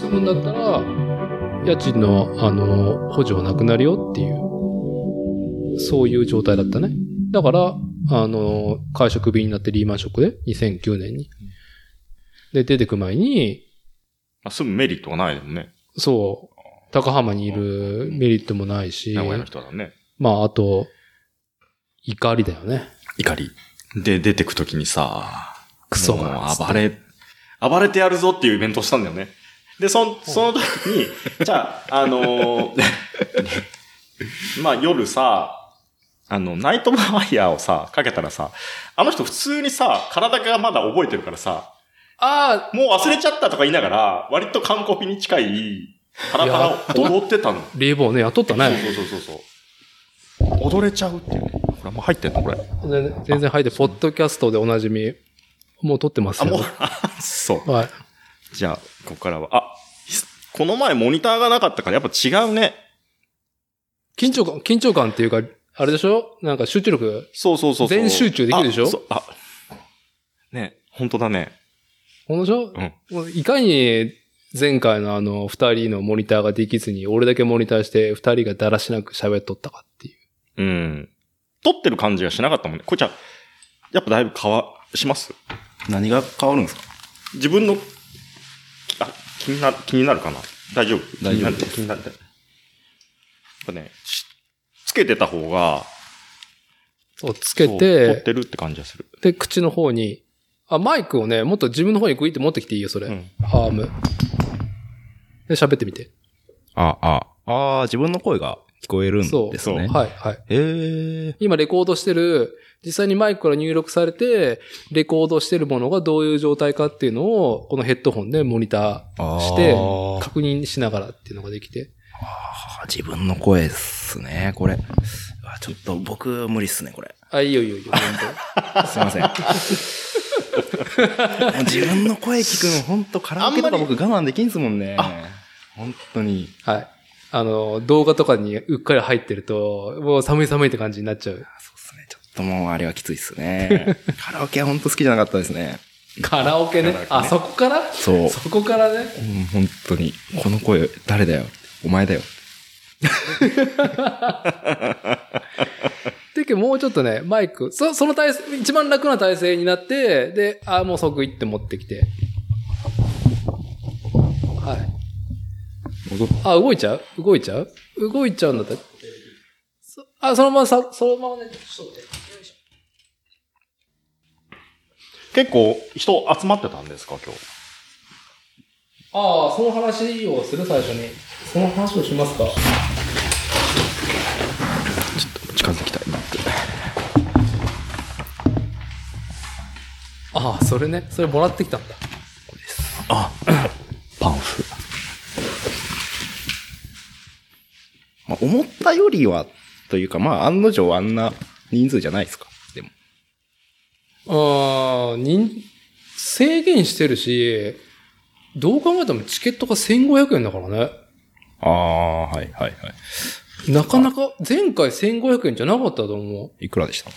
住むんだったら、家賃の、あの、補助はなくなるよっていう、そういう状態だったね。だから、あの、会食便になってリーマンショックで、2009年に。で、出てく前に、まあ、住むメリットがないもんね。そう、高浜にいるメリットもないし、名古屋の人だね。まあ、あと、怒りだよね。怒り。で、出てくときにさ、クソもうが。暴れ、暴れてやるぞっていうイベントをしたんだよね。で、そん、その時に、じゃあ、あの ーまあ夜さ、あの、ナイトワイヤーをさ、かけたらさ、あの人普通にさ、体がまだ覚えてるからさ、あもう忘れちゃったとか言いながら、割と完コピに近い、パラパラを踊ってたの。あ、冷房ね、雇ったね。そうそうそうそうそう。踊れちゃうっていうね。これもう入ってんのこれ。ね全然入って、ポッドキャストでおなじみ、もう撮ってますあ、よ。もう、そう。はい。じゃあ、ここからは。あ、この前モニターがなかったからやっぱ違うね。緊張感、緊張感っていうか、あれでしょなんか集中力。そうそうそうそう。全集中できるでしょあ、そうあね、本当だね。ほんとでしょうん。もういかに前回のあの、二人のモニターができずに、俺だけモニターして、二人がだらしなく喋っとったかっていう。うん。撮ってる感じがしなかったもんね。これじゃあやっぱだいぶ変わ、します何が変わるんですか自分の、あ、気にな、気になるかな大丈夫大丈気にな夫る。気になるやっぱね、しつけてた方が、そう、つけ、そう撮っててるって感じがする。で、口の方に、あ、マイクをね、もっと自分の方にグイって持ってきていいよ、それ。うんアーム。で、喋ってみて。あ、あ、ああ、自分の声が聞こえるんそうですね。はい、はい。へえ。今レコードしてる、実際にマイクから入力されて、レコードしてるものがどういう状態かっていうのを、このヘッドホンでモニターしてあ、ー確認しながらっていうのができて。あ自分の声っすね、これ。うわちょっと僕無理っすね、これ。あ、いいよいいよいい よ、全すいません。 もう自分の声聞くの、ほんとカラオケとか僕我慢できんすもんね。本当に。然はい。あの、動画とかにうっかり入ってると、もう寒い寒いって感じになっちゃう。そうっすね。ちょっともうあれはきついっ すね。カラオケはほんと好きじゃなかったですね。カラオケね。あ、そこからそうそこからね。うん、本当に。この声、誰だよ。お前だよ。で、もうちょっとね、マイク、そその体勢、一番楽な体勢になって、で、あ、もう即行って持ってきて。はい。戻っあ、動いちゃう動いちゃう動いちゃうんだったら。そあ、そのままさ、そのままね、ちょっと待って結構人集まってたんですか今日。ああ、その話をする最初に。その話をしますか近づきたいなって。ああ、それね。それもらってきたんだ。パンフ。まあ、思ったよりは、というか、まあ、案の定あんな人数じゃないですか。でも。ああ、人、制限してるし、どう考えてもチケットが1500円だからね。ああ、はいはいはなかなか、前回1500円じゃなかったと思う。い。いくらでした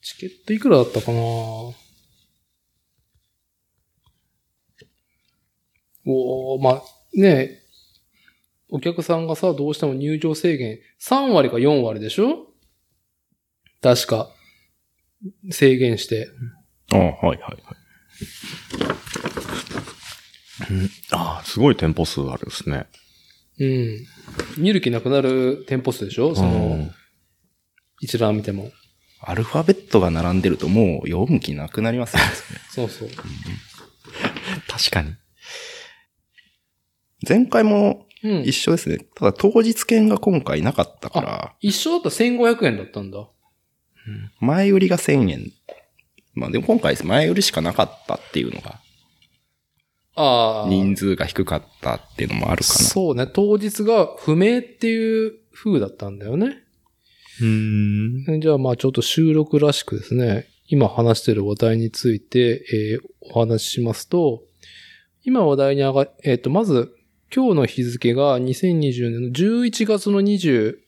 チケットいくらだったかなおー、まあ、ねえ、お客さんがさ、どうしても入場制限、3割か4割でしょ確か、制限して。あはいはいはい。ああ、すごい店舗数あるですね。うん。見る気なくなる店舗数でしょその、一覧見ても。アルファベットが並んでるともう読む気なくなりますよ ね。そうそう。確かに。前回もうん一。緒ですね。ただ当日券が今回なかったから、一緒だったら1500円だったんだ。前売りが1000円。まあでも今回前売りしかなかったっていうのが、ああ。人数が低かったっていうのもあるかな。そうね、当日が不明っていう風だったんだよね。うん。じゃあまあちょっと収録らしくですね、今話してる話題について、えーお話ししますと、今話題に上が、えっ、と、まず、今日の日付が2020年の11月の29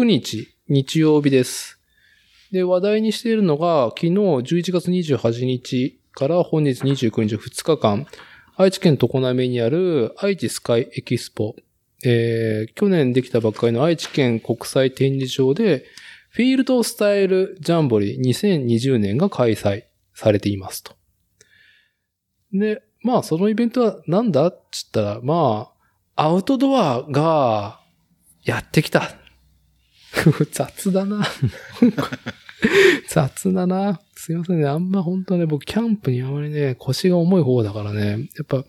日、日曜日です。で、話題にしているのが、昨日11月28日から本日29日2日間、愛知県常滑にある愛知スカイエキスポ。えー去年できたばっかりの愛知県国際展示場で、フィールドスタイルジャンボリー2020年が開催されていますと。で、まあそのイベントはなんだって言ったら、まあ、アウトドアがやってきた。 雑だな。雑だな。すいませんね。あんま本当ね、僕キャンプにあまりね、腰が重い方だからね。やっぱ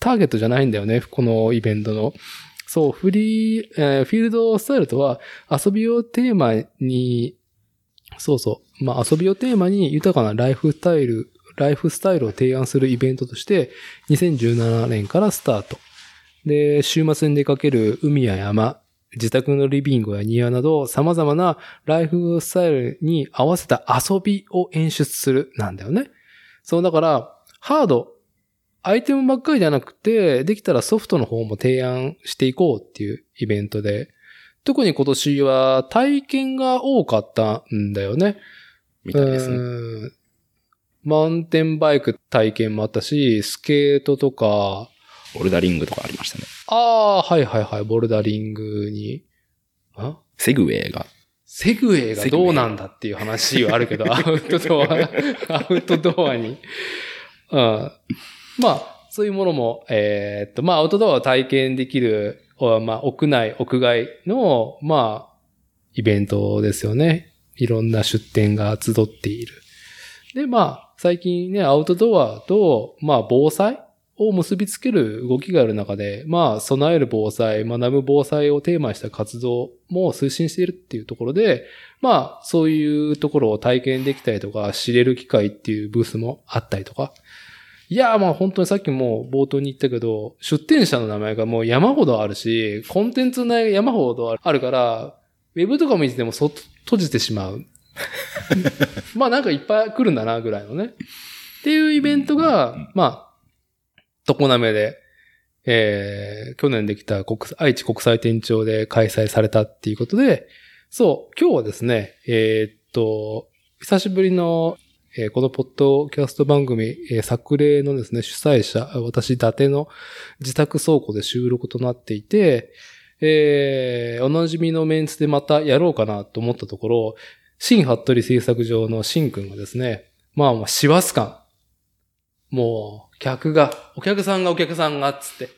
ターゲットじゃないんだよね。このイベントの。そう、フリー、えーフィールドスタイルとは遊びをテーマに、そうそう。まあ遊びをテーマに豊かなライフスタイル、ライフスタイルを提案するイベントとして、2017年からスタート。で、週末に出かける海や山、自宅のリビングや庭など様々なライフスタイルに合わせた遊びを演出するなんだよね。そう、だから、ハード、アイテムばっかりじゃなくて、できたらソフトの方も提案していこうっていうイベントで、特に今年は体験が多かったんだよね。みたいですね。うんマウンテンバイク体験もあったし、スケートとか、ボルダリングとかありましたね。ああー、はいはいはい、ボルダリングに、あセグウェイが。セグウェイがどうなんだっていう話はあるけど、アウトドア、アウトドアに。うん。まあ、そういうものも、えーっと、まあ、アウトドアを体験できる、おまあ、屋内、屋外の、まあ、イベントですよね。いろんな出店が集っている。で、まあ、最近ね、アウトドアと、まあ、防災を結びつける動きがある中で、まあ、備える防災、学ぶ防災をテーマにした活動も推進しているっていうところで、まあ、そういうところを体験できたりとか、知れる機会っていうブースもあったりとか。いやー、まあ本当にさっきも冒頭に言ったけど、出店者の名前がもう山ほどあるし、コンテンツの内容が山ほどあるから、ウェブとか見ててもそっと閉じてしまう。まあなんかいっぱい来るんだな、ぐらいのね。っていうイベントが、まあ、常滑で、えー、去年できた国愛知国際展庁で開催されたっていうことで、そう、今日はですね、えーっと、久しぶりの、えーこのポッドキャスト番組、えー作例のですね、主催者、私、伊達の自宅倉庫で収録となっていて、えー、おなじみのメンツでまたやろうかなと思ったところ、新服部製作所の新くんがですね、まあまあ、師走感。もう、客が、お客さんがお客さんが、つって。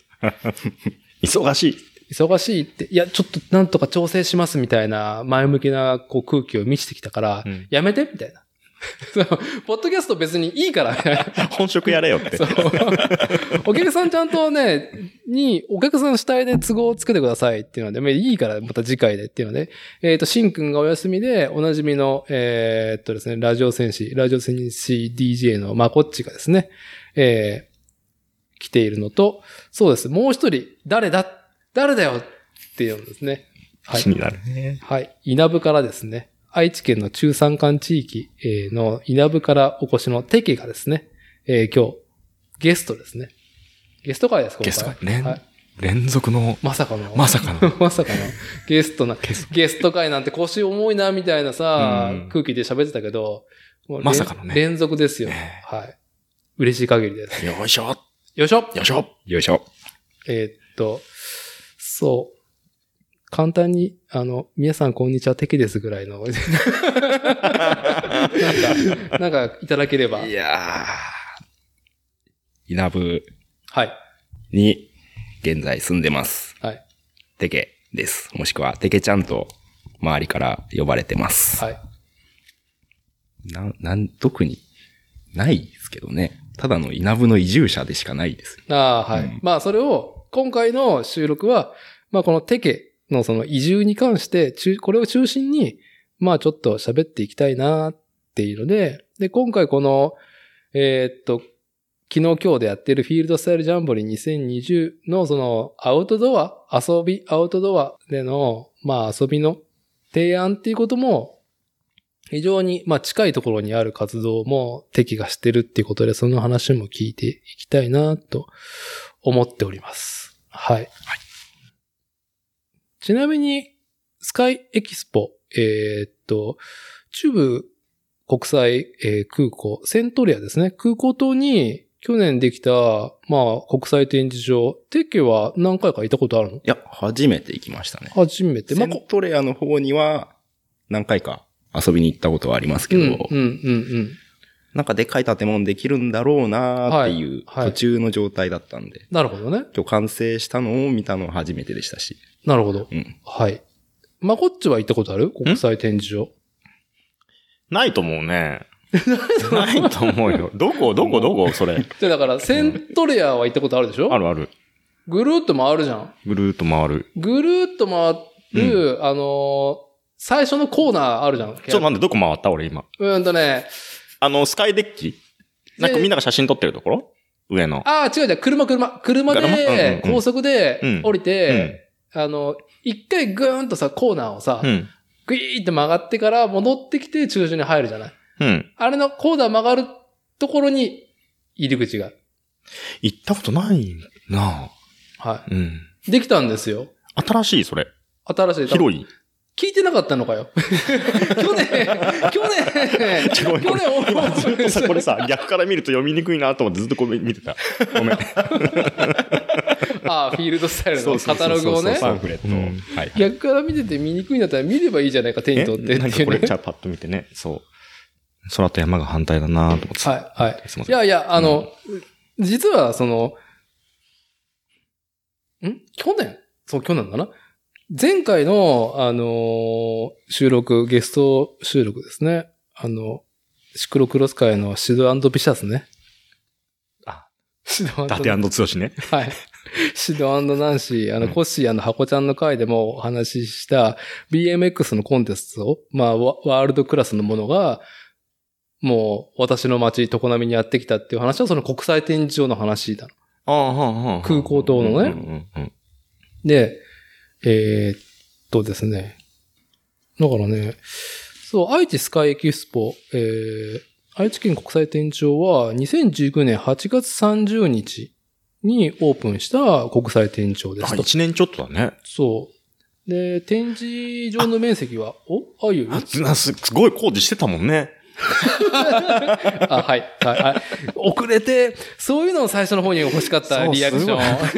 忙しい。忙しいって、いや、ちょっとなんとか調整しますみたいな前向きなこう空気を満ちてきたから、うんやめてみたいな。 そうポッドキャスト別にいいから、みたいな本職やれよってそ。うお客さんちゃんとね、に、お客さん主体で都合をつけてくださいっていうので、まあいいからまた次回でっていうので、えっ、と、しんくんがお休みで、おなじみの、えーっとですね、ラジオ戦士、ラジオ戦士 DJ のまこっちがですね、えー来ているのと、そうです、もう一人、誰だ誰だよっていうのですね。はい気。になるね。はい。稲部からですね。愛知県の中山間地域えーの稲部からお越しのテケがですね、えー今日、ゲストですね。ゲスト会です、今回ゲスト会ねはい。連続の、まさかの。まさかの。 まさかのゲストな、ゲスト会なんて腰重いな、みたいなさうん、空気で喋ってたけど、もうれんまさかのね連続ですよ。ねはい。嬉しい限りです。よいしょ、よいしょよいしょ。よいしょ。えーっと、そう。簡単に、あの、皆さんこんにちは、テキですぐらい の、なんか、なんかいただければ。いやー。稲部はい。に現在住んでます。はい。テケです。もしくは、テケちゃんと周りから呼ばれてます。はい。な、なん、特にないですけどね。ただの稲部の移住者でしかないです。ああ、はい。うんまあ、それを、今回の収録は、まあ、このテケのその移住に関して、中これを中心に、まあ、ちょっと喋っていきたいなっていうので、で、今回この、えーっと、昨日今日でやってるフィールドスタイルジャンボリー2020のそのアウトドア、遊び、アウトドアでの、まあ遊びの提案っていうことも、非常に、まあ近いところにある活動も敵がしてるっていうことで、その話も聞いていきたいなと思っております。はい。ちなみに、スカイエキスポ、えーっと、中部国際、えー空港、セントリアですね。空港等に、去年できた、まあ、国際展示場、テッケは何回か行ったことあるのいや、初めて行きましたね。初めて。セまあ、ントレアの方には何回か遊びに行ったことはありますけうん、ど、うん、うん、なんかでっかい建物できるんだろうなーっていうはいはい途中の状態だったんで、なるほどね。今日完成したのを見たのは初めてでしたし、なるほど。うん。はい。まこっちは行ったことある国際展示場。ないと思う ね。ないと思うよ。どこどこどこそれ。で、だから、セントレアは行ったことあるでしょあるある。ぐるーっと回るじゃん。ぐるーっと回る。ぐるーっと回る、あのー最初のコーナーあるじゃん。ちょっと待って、どこ回った俺今。うーんとね、あの、スカイデッキなんかみんなが写真撮ってるところ上の。ああ、違う違う、車、車。車車うんでう、んうん高速で降りうんて、。あの、一回ぐーんとさ、コーナーをさう、ん。グイーって曲がってから戻ってきて駐車場に入るじゃない。うん。あれのコーナー曲がるところに入り口が。行ったことないなはうん。い。できたんですよ。新しい、それ。新しい。広い。聞いてなかったのかよ。 去 年、去年、去ごめんごめん年オー今ずっプと ンさ、これさ、逆から見ると読みにくいなと思ってずっとこれ見てた。ごめん。ああ、フィールドスタイルのカタログをね。パンフレットを。うんはい。逆から見てて見にくいんだったら見ればいいじゃないか、手に取ってえってなんかいうこれ、ね。じゃあパッと見てね。そう。空と山が反対だなと思ってさ。はい、はい。すいまいせん。やいや、あの、実はその、ん去年そう、去年だな。前回の、あのー収録、ゲスト収録ですね。あの、シクロクロス界のシドピシャスね。あ、シド伊達剛ね。はい。シドナンシー、あの、うんコッシーのハコちゃんの回でもお話しした BMX のコンテストを、まあ、ワワールドクラスのものが、もう私の街、常滑にやってきたっていう話は、その国際展示場の話だの。ああ、はあ、はあ。空港等のねね。うんうんで、えーっとですね。だからね、そう、愛知スカイエキスポ、えー、愛知県国際展示場は2019年8月30日にオープンした国際展示場ですあ、と。一年ちょっとだね。そう。で、展示場の面積は、おあ、いうあつなすすごい工事してたもんね。あ、はい、はい、はい。遅れて、そういうのを最初の方に欲しかったそうリアクション。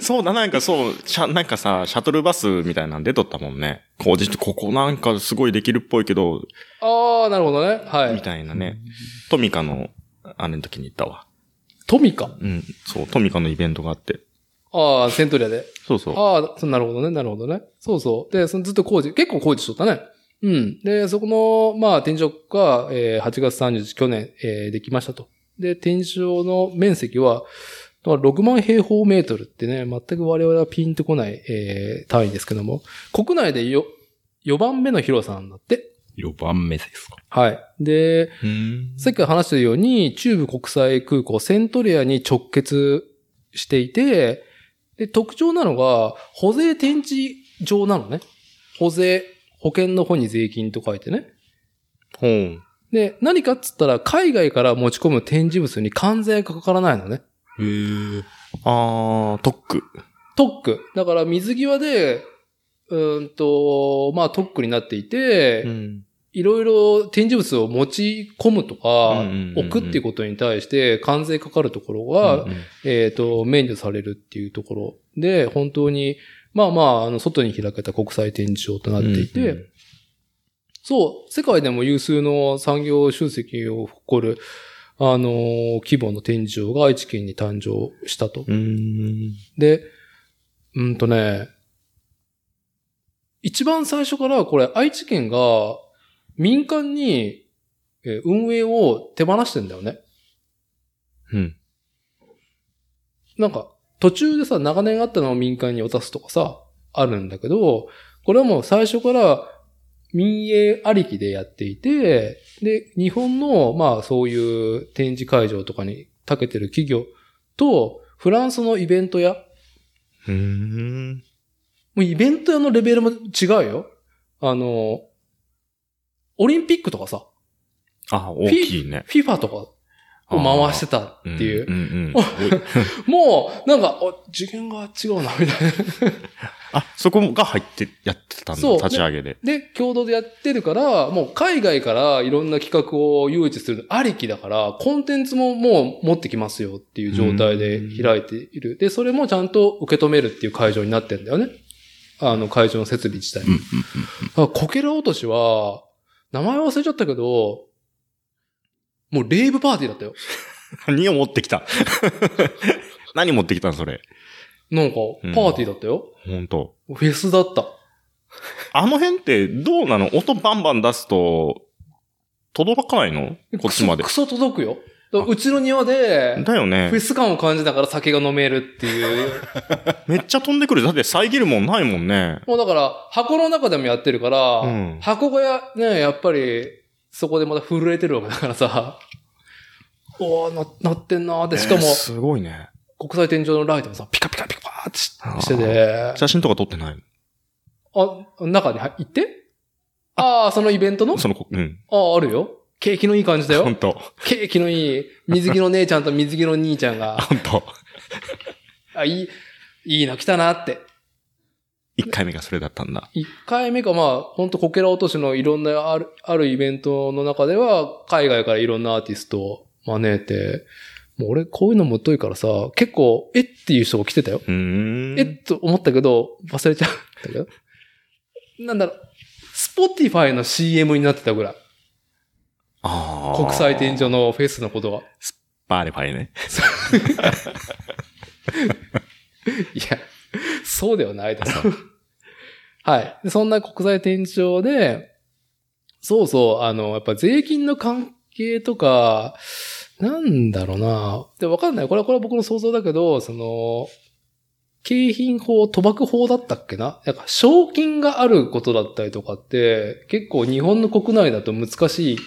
そうだ、なんかそう、シャ、なんかさ、シャトルバスみたいなんで撮ったもんね。工事って、ここなんかすごいできるっぽいけど、ああ、なるほどね。はみい。たいなね。トミカの、あれの時に行ったわ。トミカ。うん、そう、トミカのイベントがあって。ああ、セントリアで。そうそう。ああ、そうなるほどね、なるほどね。そうそう。で、そのずっと工事、結構工事しとったね。うん。で、そこの、まあ、展示場が、えー8月30日、去年、えーできましたと。で、展示場の面積は、だから6万平方メートルってね、全く我々はピンとこない、えー単位ですけども、国内でよ、4番目の広さなんだって。 4番目ですか。はい。で、うんさっき話してるように、中部国際空港、セントレアに直結していて、で、特徴なのが、保税展示場なのね。保税、保険の方に税金と書いてね。ほう。で、何かっつったら、海外から持ち込む展示物に関税がかからないのね。へあー、特区。特区。だから水際で、うーんと、まあ特区になっていて、ん。いろいろ展示物を持ち込むとかうんうん、うんうん置くっていうことに対して関税かかるところが、うんうんえっ、と、免除されるっていうところで、本当に、まあまあ、あの、外に開けた国際展示場となっていて、うんうんそう、世界でも有数の産業集積を誇る、あのー規模の展示場が愛知県に誕生したと。うーん。で、うんとね、一番最初からこれ愛知県が民間にえー運営を手放してんだよね。うん。なんか、途中でさ、長年あったのを民間に渡すとかさ、あるんだけど、これはもう最初から民営ありきでやっていて、で、日本の、まあそういう展示会場とかに長けてる企業と、フランスのイベント屋、うーん。もうイベント屋のレベルも違うよ。あの、オリンピックとかさ、あ、大きいね。 FIFA とかを回してたっていう。う んうんうんもう、なんか、お次元が違うな、みたいな。 あ、そこが入って、やってたんだ、そう立ち上げで。で、共同でやってるから、もう海外からいろんな企画を誘致するのありきだから、コンテンツももう持ってきますよっていう状態で開いている。で、それもちゃんと受け止めるっていう会場になってんだよね。あの会場の設備自体。あこけら落としは、名前忘れちゃったけど、もうレイブパーティーだったよ。何を持ってきた 何持ってきたのそれ。なんか、パーティーだったよ。本当フェスだった。あの辺ってどうなの音バンバン出すと、届かないのこっちまでク。ソクソ届くよ。だからうちの庭で、だよねフェ。ス感を感じながら酒が飲めるっていう。 めっちゃ飛んでくる。だって遮るもんないもんね。もうだから、箱の中でもやってるから、うん箱がや、ね、やっぱり、そこでまた震えてるわけだからさ、 おーな、なってんなーって、しかもえー、すごいね。国際天井のライトもさ、ピカピカピカパーってししてて、写真とか撮ってないあ、中に入行ってああ、そのイベントののその子、うん。ああ、あるよ。景気のいい感じだ本よ。当景気のいい、水着の姉ちゃんと水着の兄ちゃん が、本当あ、いい、いいの来たなって。一回目がそれだったんだ。一回目か、まあ、ほんとこけら落としのいろんなある、あるイベントの中では、海外からいろんなアーティストを招いて、もう俺こういうのも疎いからさ、結構、えっていう人が来てたよ。うーん。えっと思ったけど、忘れちゃったけど。なんだろう、スポティファイの CM になってたぐらい。ああ。国際天。井のフェスのことは。バーレファイね。いや、そうではないだろう。はい。でそんな国際天井で、そうそう、あの、やっぱ税金の関係とか、なんだろうな。で、わかんない。これは、これは僕の想像だけど、その、景品法、賭博法だったっけななんか、賞金があることだったりとかって、結構日本の国内だと難しい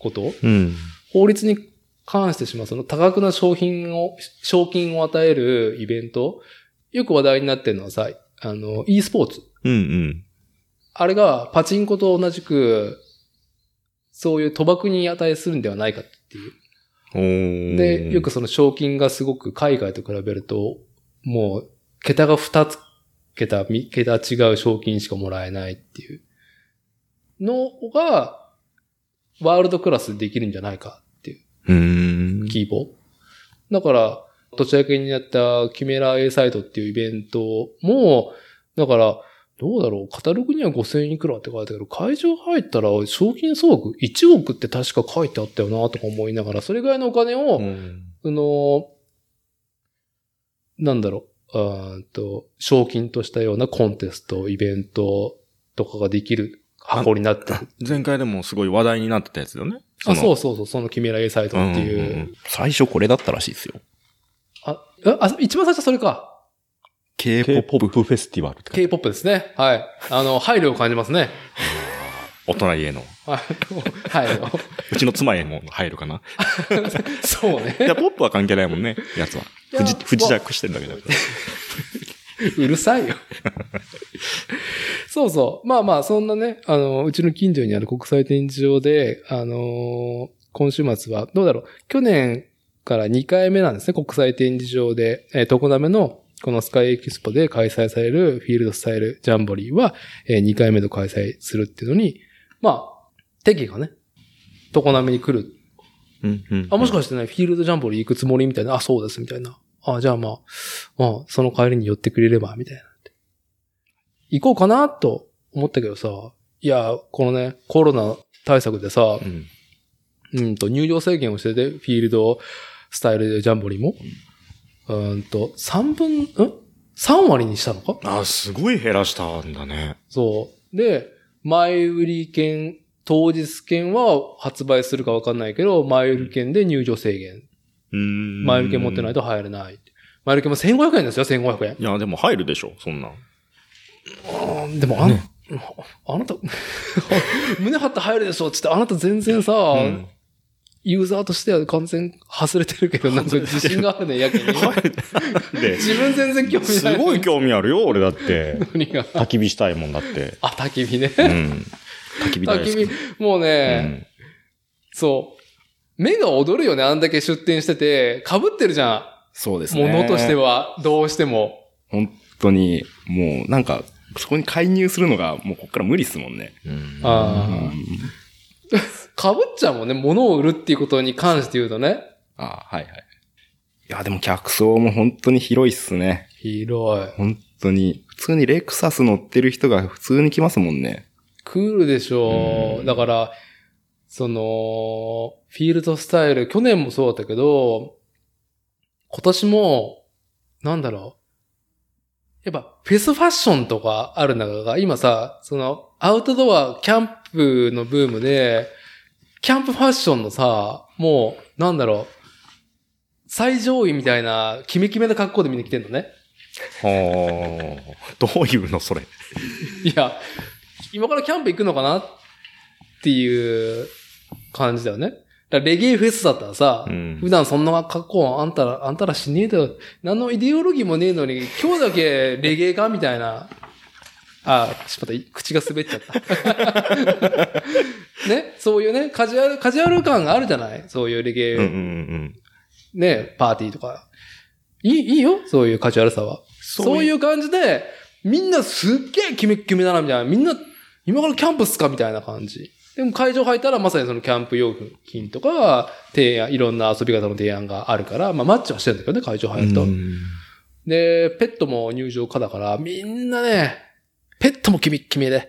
ことうん。法律に関してしまう、その多額な商品を、賞金を与えるイベント、よく話題になってるのはさ、あの、e スポーツ。うんうん。あれがパチンコと同じく、そういう賭博に値するんではないかっていう。おーで、よくその賞金がすごく海外と比べると、もう、桁が2つ、桁、み桁違う賞金しかもらえないっていうのが、ワールドクラスでできるんじゃないかっていう。うーん。キーボだから、年明けにやったキメラ A サイトっていうイベントも、だから、どうだろう、カタログには5000いくらって書いてあるけど、会場入ったら賞金総額1億って確か書いてあったよなとか思いながら、それぐらいのお金を、うんその、なんだろう、うーんと、賞金としたようなコンテスト、イベントとかができる箱になってる。前回でもすごい話題になってたやつだよね。あ、そううそうそう、そのキメラ A サイトっていう。んんん最初これだったらしいですよ。あ、えあ、一番最初それか。 K-POP フェスティバルって書いて K-POP ですね。はい。あの、配慮を感じますね。大人への。あの配慮。うちの妻へも入るかな。そうねい。や、ポップは関係ないもんね、やつは。いや不時、不時着してるだけだから。うるさいよ。そうそう。まあまあ、そんなね、あの、うちの近所にある国際展示場で、あのー今週末は、どうだろう。去年から2回目なんですね、国際展示場で、えー、常滑のこのスカイエキスポで開催されるフィールドスタイルジャンボリーは、え2回目と開催するっていうのに、まあ、敵がね、常滑に来るうんうんあ、もしかしてね、フィールドジャンボリー行くつもりみたいな。あ、そうです、みたいな。あ、じゃあまあ、まあ、その帰りに寄ってくれれば、みたいな。行こうかな、と思ったけどさ、いや、このね、コロナ対策でさ、うん。うんと、入場制限をしてて、フィールドスタイルジャンボリーも、うーんと、3分、ん ?3 割にしたのかあ、すごい減らしたんだね。そう。で、前売り券、当日券は発売するかわかんないけど、前売り券で入場制限うん前売り券持ってないと。と入れない。前売り券も1500円ですよ、1500円。いや、でも入るでしょ、そんなん。でもあん、あ なた、胸張って入るでしょっつって、あなた全然さ、うんユーザーとしては完全外れてるけど、なんか自信があるね、やけに。入る。で、自分全然興味ない。すごい興味あるよ、俺だ って。何が。焚き火したいもんだって。あ、焚き火ね。うん。焚き火大焚好きき。火、もううね、んそう。目が踊るよね、あんだけ出店してて、被ってるじゃん。そうですね。物としては、どうしても。本当に、もうなんか、そこに介入するのが、もうこっから無理っすもんね。うあんあ。被っちゃうもんね。物を売るっていうことに関して言うとね。あはいはい。いや、でも客層も本当に広いっすね。広い。本当に。普通にレクサス乗ってる人が普通に来ますもんね。クールでしょうう。んだから、その、フィールドスタイル、去年もそうだったけど、今年も、なんだろう。やっぱ、フェスファッションとかある中が、今さ、その、アウトドア、キャンプのブームで、キャンプファッションのさ、もう、なんだろう。最上位みたいな、キメキメな格好でみんな来てんのね。ほう。 どういうの、それ。いや、今からキャンプ行くのかなっていう感じだよね。だからレゲエフェスだったらさ、うん普段そんな格好あんたら、あんたらしねえだろ。何のイデオロギーもねえのに、今日だけレゲエかみたいな。あ、しまった、口が滑っちゃった。 ね、そういうね、カジュアル、カジュアル感があるじゃないそういうレゲエ、うんうんうん。。ね、パーティーとか。いい、いいよそういうカジュアルさは。そういうう感じで、みんなすっげえキメッキメだな、みたいな。みんな、今からキャンプっすかみたいな感じ。でも会場入ったらまさにそのキャンプ用品とか、提案、いろんな遊び方の提案があるから、まあマッチはしてるんだけどね、会場入ると。で、ペットも入場可だから、みんなね、ペットもキメッキメで、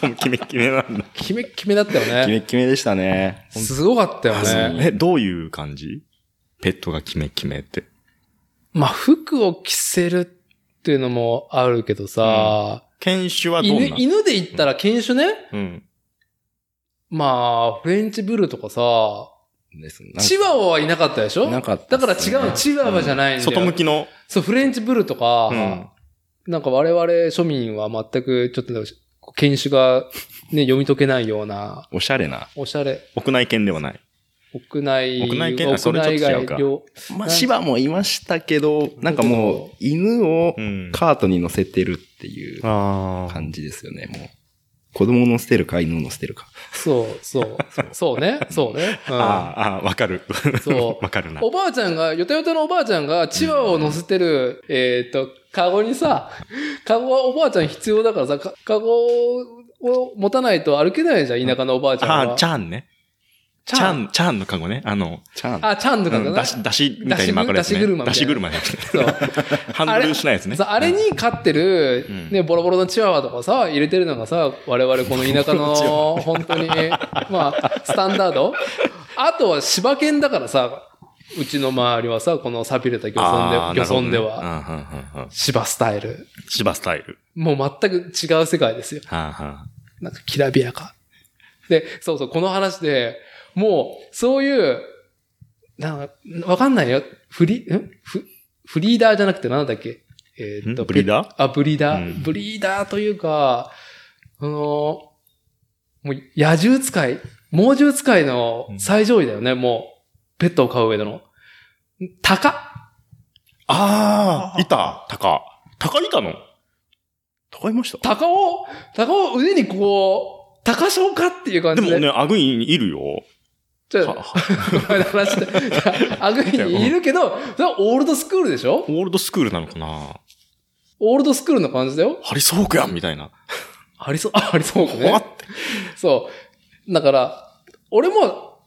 でも、キメキメなんだ。キメッキメだったよキメね。ッキメでしたね。すごかったよね。え、どういう感じペットがキメキメって。まあ服を着せるっていうのもあるけどさ、犬種はどう犬なの犬で言ったら犬種ね、うん。まあ、フレンチブルとかさ、ですチワワはいなかったでしょいなかっただっからす違ねう、チワワじゃないんだよ。外向きの。そう、フレンチブルとか、うんなんか我々庶民は全くちょっとなんか、犬種がね、読み解けないような、おしゃれな。おしゃれ、屋内犬ではない。屋内、屋内犬あそれちょっと違うか屋内外両なまんあ、か芝もいましたけど、なんかもう、犬をんカートに乗せてるっていうああ。感じですよね、もう。子供の捨てるか、犬の捨てるか。そう、そう、そうね、そうね。う んあーあー、わかる。そ うわかるな。おばあちゃんが、よたよたのおばあちゃんが、チワワを乗せてる、えーっと、カゴにさ、カゴはおばあちゃん必要だからさ、かカゴを持たないと歩けないじゃん、田舎のおばあちゃんは。ああ、ちゃんね。ちちゃゃん。ん、ちゃんのカゴね。あの、ちゃん。あ、ちゃんとかうんだだな。し、だしみたいに巻かれてだし車みたね。いなだし車ね。そう。ハンドルしないですねさ。あれに飼ってるう、んね、ボロボロのチワワとかさ、入れてるのがさ、我々この田舎の、本当に、まあ、スタンダードあとは柴犬だからさ、うちの周りはさ、このさびれた漁村あーで、な漁るほど村ねでは、うんうんうんうん柴スタイル。芝スタイル。もう全く違う世界ですよ。はあはあなんかきらびやか。で、そうそう、この話で、もう、そういう、なんか、わかんないよ。フリ、んフ、フリーダーじゃなくてなんだっけえーっと、んブリーダーペあ、ブリーダー、うんブリーダーというか、あの、もう野獣使い、猛獣使いの最上位だよね、もう、ペットを飼う上での。鷹ああ、いた、鷹。鷹いたの高いました鷹を、鷹を腕にこう、鷹賞かっていう感でじで。もね、アグインいるよ。ちょっとは前の話で。 アグイにいるけど、それはオールドスクールでしょオールドスクールなのかなオールドスクールの感じだよ。ハリソークやんみたいな。ありそう、 あありそうかわっね。そう。だから、俺も、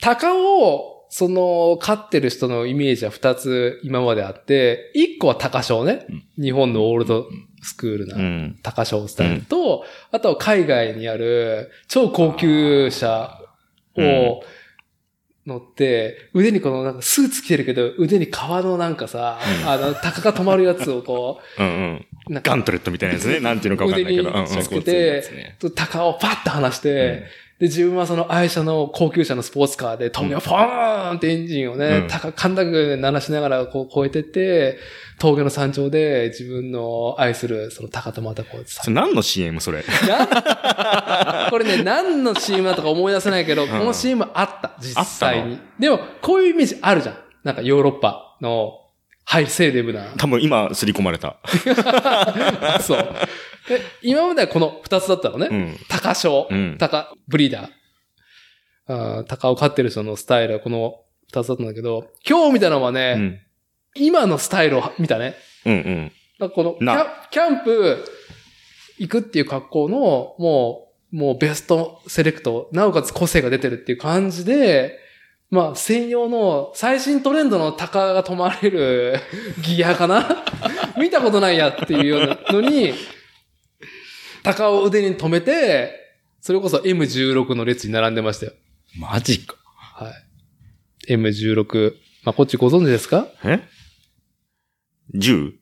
鷹を、その、飼ってる人のイメージは二つ今まであって、一個は鷹賞ねうん。日本のオールドスクールうな。ん。鷹賞スタイルと、あとは海外にある超高級車を乗って、腕にこのなんかスーツ着てるけど、腕に革のなんかさ、あの、鷹が止まるやつをこうんうん。 う、なんガか、ントレットみたいなやつね。なんていうのかわかんないけど。腕にうんうんつけて鷹をパッと離して、で、自分はその愛車の高級車のスポーツカーで、峠をフォーンってエンジンをうねん、高、かんだく鳴らしながらこう越えてって、峠の山頂で自分の愛するその鷹とまたこう、それ何の CM それ。 なん これね、何の CM だとか思い出せないけど、んこの CM あった、実際あに。でも、こういうイメージあるじゃん。なんかヨーロッパの、ハイセーレ ブな。多分今、すり込まれた。そう。で、今まではこの二つだったのうね。ん。高賞うん、高、ブリーダーあー。高を飼ってる人のスタイルはこの二つだったんだけど、今日見たのはうね、ん。今のスタイルを見たね。ううんうん。だからこのキャンな、キャンプ行くっていう格好の、もう、もうベストセレクト、なおかつ個性が出てるっていう感じで、まあ、専用の最新トレンドのタカが止まれる ギアかな 見たことないやっていうようなのに、タカを腕に止めて、それこそ M16 の列に並んでましたよ。マジ か。はい。M16。まあ、こっちご存知ですかえ銃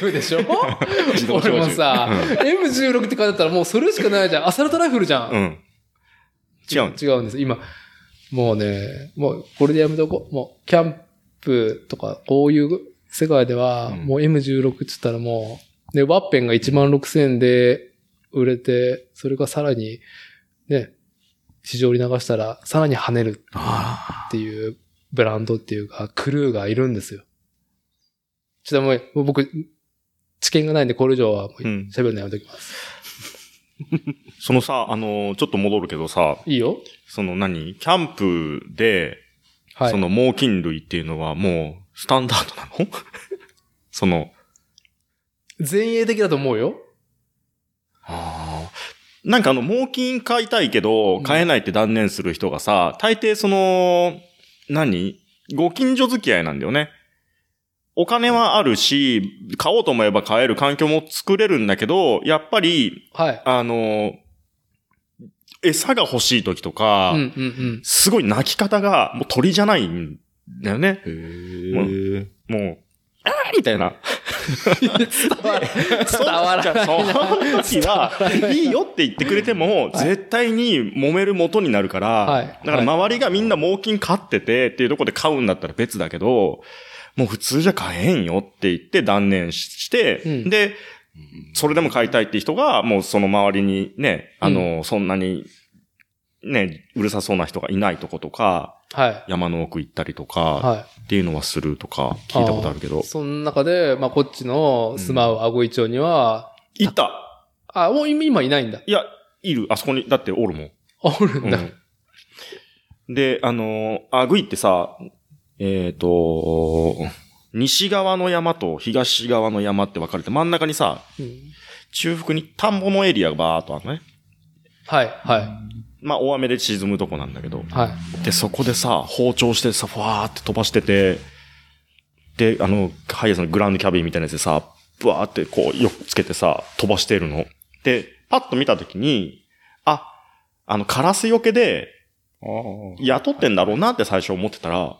銃で しょ自動小銃俺もさ、M16 って書いてあったらもうそれしかないじゃん。アサルトライフルじゃん。うん。違うん違うんです。今、もうね、もうこれでやめとこう。もう、キャンプとか、こういう世界では、うんもう M16 って言ったらもう、ね、ワッペンが1万6000円で売れて、それがさらに、ね、市場に流したら、さらに跳ねるあっていうブランドっていうか、クルーがいるんですよ。ちょっともう、もう僕、知見がないんで、これ以上はもううん喋るのやめときます。そのさ、あのーちょっと戻るけどさ、いいよその何キャンプで、はい。その猛禽類っていうのはもう、スタンダードなの その、前衛的だと思うよ。あーなんかあの、猛禽買いたいけど、買えないって断念する人がさ、大抵その、何ご近所付き合いなんだよね。お金はあるし、買おうと思えば買える環境も作れるんだけど、やっぱり、はい。あの、餌が欲しい時とか、うんうん うん。すごい泣き方が、もう鳥じゃないんだよね。へーえ。もう、あーみたいな。その伝わらないな時は、いいよって言ってくれても、絶対に揉める元になるから、はいだから周りがみんな猛禽飼っててっていうところで飼うんだったら別だけど、もう普通じゃ飼えんよって言って断念しして、うんで、それでも飼いたいって人が、もうその周りにね、あの、そんなに、ね、うるさそうな人がいないとことか、はい。山の奥行ったりとか、はっていうのはするとかい。聞いたことあるけどー、その中で、まあ、こっちの住まうアゴイ町には、いたあ、もう今今いないんだ。いや、いる。あそこに、だっておるもん。あ、おるんだ。うん で、あのーアグイってさ、えっ、と、西側の山と東側の山って分かれて、真ん中にさ、うん中腹に田んぼのエリアがバーっとあるのね。はい、はい、まあ、大雨で沈むとこなんだけど。はい。で、そこでさ、包丁してさ、ふわーって飛ばしてて、で、あの、ハイヤーさんのグラウンドキャビンみたいなやつでさ、ぶわーってこう、よくつけてさ、飛ばしてるの。で、パッと見たときに、あ、あの、カラスよけで、あー雇ってんだろうなって最初思ってたら、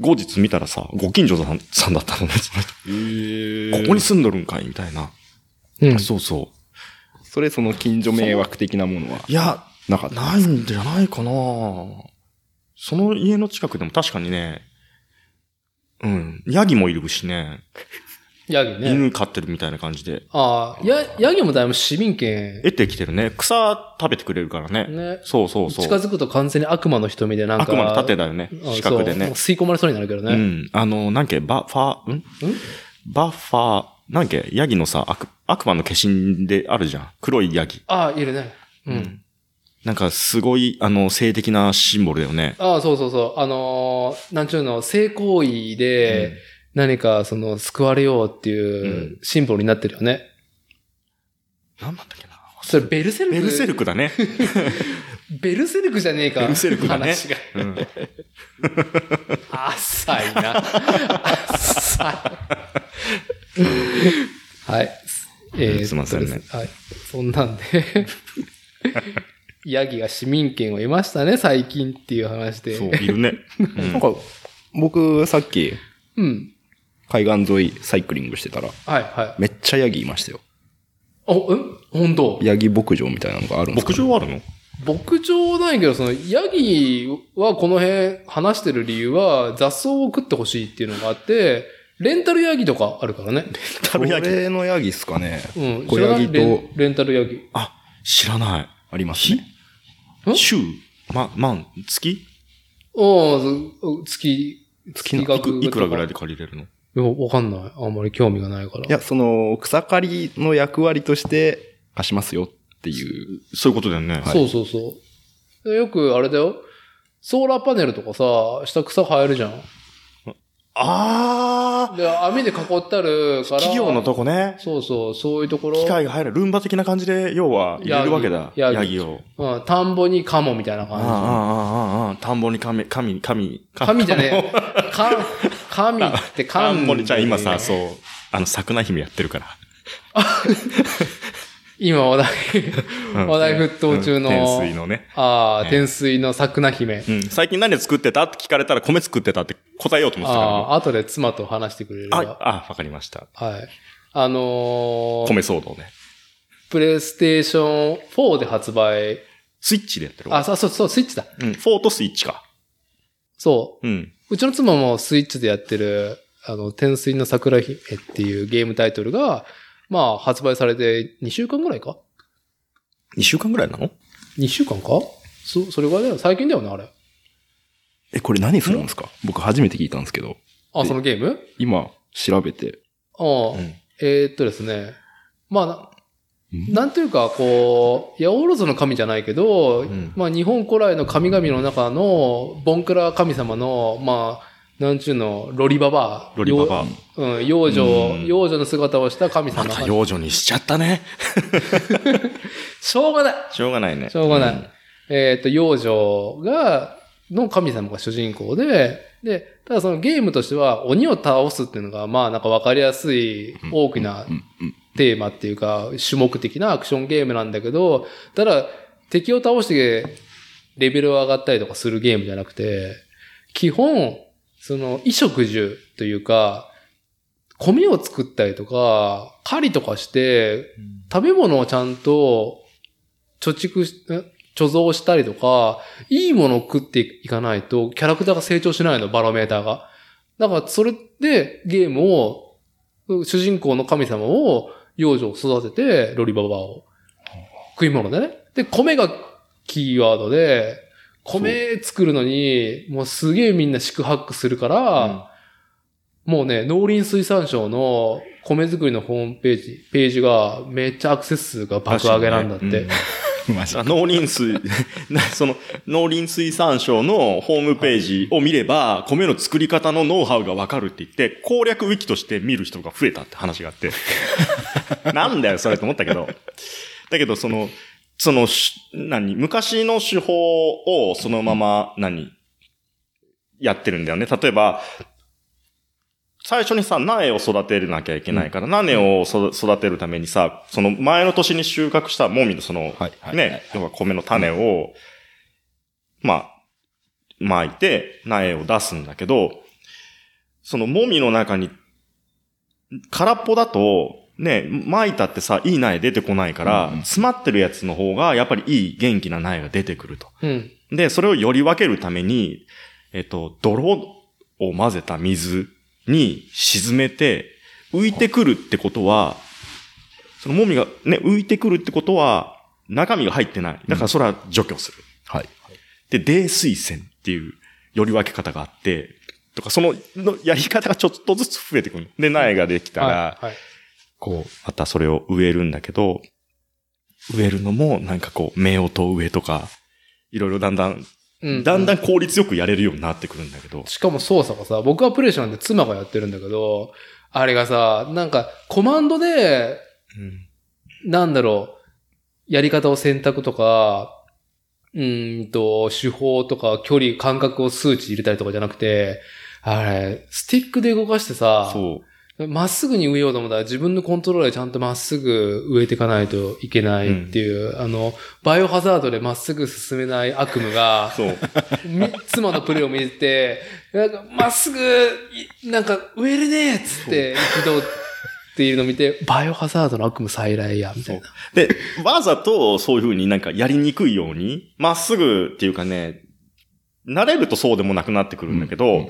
後日見たらさ、ご近所さんさんだったのね、その人へこえ。こに住んどるんかいみたいな。うん。そうそそれその近所迷惑的なものはう。いや、なかった。ないんじゃないかなその家の近くでも確かにね、うん、ヤギもいるしね、ヤギね。犬飼ってるみたいな感じで、ああ、や、ヤギもだいぶ市民権、得てきてるね。草食べてくれるからね。ね。そうそうそう。近づくと完全に悪魔の瞳でなんか。あくまで縦だよね。あ四角でそうもうね。吸い込まれそうになるけどうね。ん。あの、なんけ、バッファー、んうん。バッファー、なんけ、ヤギのさ、悪悪魔の化身であるじゃん。黒いヤギ。ああ、いるね。うん。。なんか、すごい、あの、性的なシンボルだよね。ああ、そうそうそう。あのーなんちゅうの、性行為で、何か、その、救われようっていう、シンボルになってるよね。なんだったっけな。それ、ベルセルク。ベルセルクだ ね。ベルセルクじゃねえか。ベルセルクだね話が。うん。浅い な。浅い。はい。えすいませんねそうですはい。そんなんで。ヤギが市民権を得ましたね、最近っていう話で。そう、いるね。うんなんか、僕さっきうん。海岸沿いサイクリングしてたら、はい、はい。めっちゃヤギいましたよ。お、うん本当ヤギ牧場みたいなのがあるんですか牧場あるの牧場ないけど、その、ヤギはこの辺話してる理由は雑草を食ってほしいっていうのがあって、レンタルヤギとかあるからね。タルヤこギ。れのヤギっすかね。うん。小ヤギ知らないレとンレンタルヤギ。あ、知らない。ありますね。ん週、ま、万、月おーそ月、月の額いくいくらぐらいでで借りれるのいや、わかんない。あんまり興味がないから。いや、その、草刈りの役割として貸しますよっていう。そういうことだよね。そうそうそう。でよくあれだよ。ソーラーパネルとかさ、下草生えるじゃん。ああで、網で囲ってあるから。企業のとこね。そうそう、そういうところ。機械が入る。ルンバ的な感じで、要は、入れるわけだ。ヤギヤギを。うん、田んぼにカモみたいなああ、あ感あ、ああ、ああ、田んぼに神、神、神。じ。神じゃねえ。か、神って田神。んぼに、じゃあ今さ、そう、あの、桜姫やってるから。今話題、うん話題沸騰中の。うん天水のね。ああ、ね天水の桜姫。うん。最近何作ってたって聞かれたら、米作ってたって答えようと思ってたあかあ、後で妻と話してくれれば。ら。はあ、あ、わかりました。い。あのー米騒動ね。プレイステーション4で発売。スイッチでやってるあ、そうそうそう、スイッチだ。うん。4とスイッチか。そうん。う。うちの妻もスイッチでやってる、あの、天水の桜姫っていうゲームタイトルが、まあ、発売されて2週間ぐらいか2週間ぐらいなの ?2 週間かそ、それぐらいだよ。最近だよね、あれ。え、これ何するんですか僕初めて聞いたんですけど、あ、そのゲーム今調べて。ああ、うんえーっとですね。まあ、なんなんというか、こう、八百万の神じゃないけど、んまあ、日本古来の神々の中の、ボンクラ神様の、まあ、なんちゅうの、ロリババア。ロリババア。ア。うん、幼女、うん幼女の姿をした神ま様。た幼女にしちゃったね。しょうがないしょうがないね。しょうがない。んえーっと、幼女が、の神様が主人公で、で、ただそのゲームとしては、鬼を倒すっていうのが、まあ、なんかわかりやすい、大きなうんうん。テーマっていうか、種目的なアクションゲームなんだけど、ただ、敵を倒してレベルが上がったりとかするゲームじゃなくて、基本、その、衣食住というか、米を作ったりとか、狩りとかして、食べ物をちゃんと貯蓄し、ん貯蔵したりとか、いいものを食っていかないと、キャラクターが成長しないの、バロメーターが。だから、それでゲームを、主人公の神様を、幼女を育てて、ロリババアを。食い物でね。で、米がキーワードで、米作るのに、もうすげえみんな四苦八苦するから、もうね、農林水産省の米作りのホームページ、ページがめっちゃアクセス数が爆上げなんだって。確かにねうんマジあ農林水、 なその、農林水産省のホームページを見れば、米の作り方のノウハウがわかるって言って、攻略ウィキとして見る人が増えたって話があって。 なんだよ、それと思ったけど。だけど、その、その、し何、昔の手法をそのまま、何、やってるんだよね。例えば、最初にさ、苗を育てなきゃいけないから、苗をそ育てるためにさ、その前の年に収穫したもみのその、はいはいね、要は米の種を、まあ、巻いて苗を出すんだけど、そのもみの中に、空っぽだと、ね、巻いたってさ、いい苗出てこないから、うんうん詰まってるやつの方が、やっぱりいい元気な苗が出てくると。うん。で、それをより分けるために、えっと、泥を混ぜた水に沈めて、浮いてくるってことは、そのもみがね、浮いてくるってことは、中身が入ってない。だからそれは除去する。はい。で、泥水線っていうより分け方があって、とか、その、のやり方がちょっとずつ増えてくる。で、苗ができたら、はいはい。こう、またそれを植えるんだけど、植えるのも、なんかこう、目音を植えとか、いろいろだんだんうだんだん効率よくやれるようになってくるんだけど。しかも操作がさ、僕はプレイしなんで妻がやってるんだけど、あれがさ、なんかコマンドで、なんだろう、やり方を選択とか、うーんと、手法とか距離、感覚を数値入れたりとかじゃなくて、あれ、スティックで動かしてさ、そまっすぐに植えようと思ったら自分のコントローラーでちゃんとまっすぐ植えていかないといけないっていう、あの、バイオハザードでまっすぐ進めない悪夢がう。、そう。み妻のプレイを見てて、なんか、まっすぐ、いなんか、植えれねえっつって、一度っていうのを見て、バイオハザードの悪夢再来や、みたいな。で、わざとそういう風になんかやりにくいように、まっすぐっていうかね、慣れるとそうでもなくなってくるんだけど、うんうんうん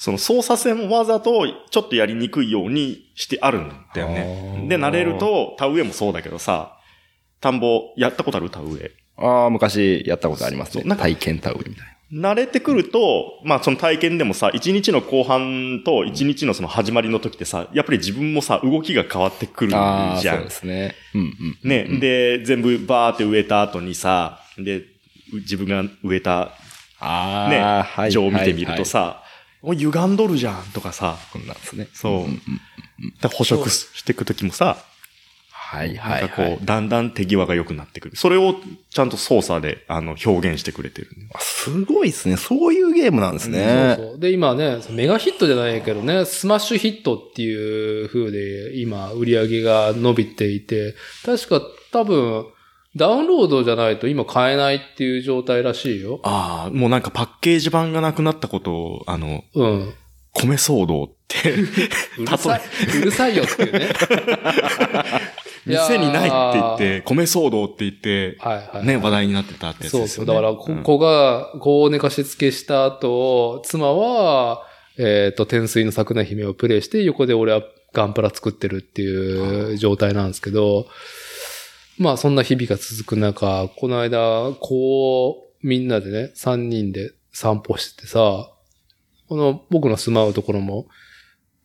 その操作性もわざとちょっとやりにくいようにしてあるんだよあね。ーで、慣れると、田植えもそうだけどさ、田んぼ、やったことある田植え。ああ、昔やったことありますそうね。なんか体験タウルみたい慣れてくると、まあその体験でもさ、一日の後半と一日のその始まりの時ってさ、やっぱり自分もさ、動きが変わってくるじな。ああ、ゃそうんで。すね。うんうん。ね、で、全部バーって植えた後にさ、で、う自分が植えたああ、ね、はい情を見てみると、さ、もう歪んどるじゃんとかさ、こんなんですね。そう。んんで捕食していくときもさ、はいは、ないんかこう、はい。だんだん手際が良くなってくる。それをちゃんと操作で、あの、表現してくれてるんで。あすごいですね。そういうゲームなんですそうね。そうで、今ね、メガヒットじゃないけどね、スマッシュヒットっていう風で、今、売り上げが伸びていて、確か多分、ダウンロードじゃないと今買えないっていう状態らしいよ。ああ、もうなんかパッケージ版がなくなったことを、あの、うん。米騒動 って、うるさい、うるさいよっ ていうね。いやー店にないって言って、米騒動って言って、はいはい。ね、話題になってたってやつそでうすそよう。ね。だから、こ子が、子を寝かしつけした後、妻は、えっ、と、天水の桜姫をプレイして、横で俺はガンプラ作ってるっていう状態なんですけど、まあ、そんな日々が続く中、この間、子をみんなでね、3人で散歩しててさ、この僕の住まうところも、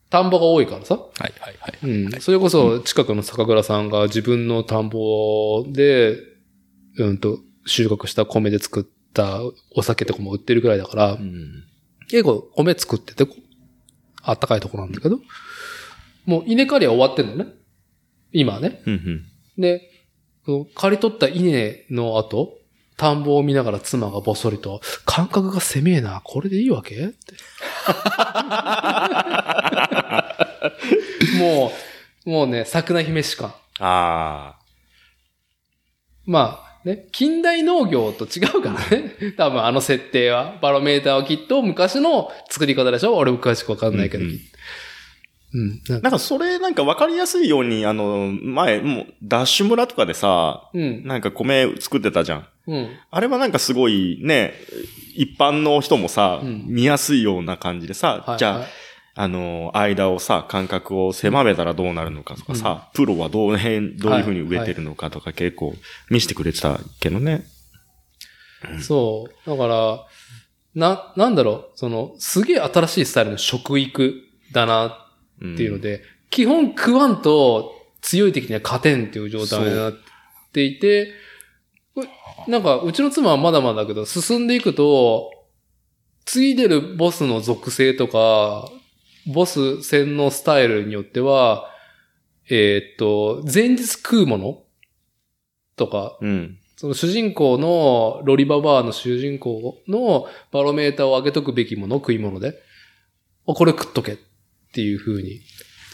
田んぼが多いからさ、はいはいはい。うん。それこそ近くの酒蔵さんが自分の田んぼで、うんと、収穫した米で作ったお酒とかも売ってるぐらいだから、うん結構米作ってて、あったかいところなんだけど、もう稲刈りは終わってんのね。今ね。うんうんで、この刈り取った稲の後、田んぼを見ながら妻がぼっそりと、感覚が狭えな、これでいいわけって。 もう、もうね、桜姫しか。あまあ、ね、近代農業と違うからね。多分あの設定は。バロメーターはきっと昔の作り方でしょ俺も詳しくわかあ。んないけど。ううんうんん、なんかなんかそれなんかわかりやすいように、あの、前、もう、ダッシュ村とかでさ、うん。なんか米作ってたじゃん。うん。あれはなんかすごいね、一般の人もさ、うん見やすいような感じでさ、はいじゃあ、はいあの、間をさ、間隔を狭めたらどうなるのかとかさ、プロはどう辺、どういうふうに植えてるのかとか結構見せてくれてたけどね。そう。だから、な、なんだろう、その、すげえ新しいスタイルの食育だなうんっていうので、基本食わんと強い敵には勝てんっていう状態になっていて、これなんか、うちの妻はまだまだだけど、進んでいくと、ついでるボスの属性とか、ボス戦のスタイルによっては、えーっと、前日食うものとか、うん。その主人公の、ロリババアの主人公のバロメーターを上げとくべきもの、食い物で。あこれ食っとけっていう風に。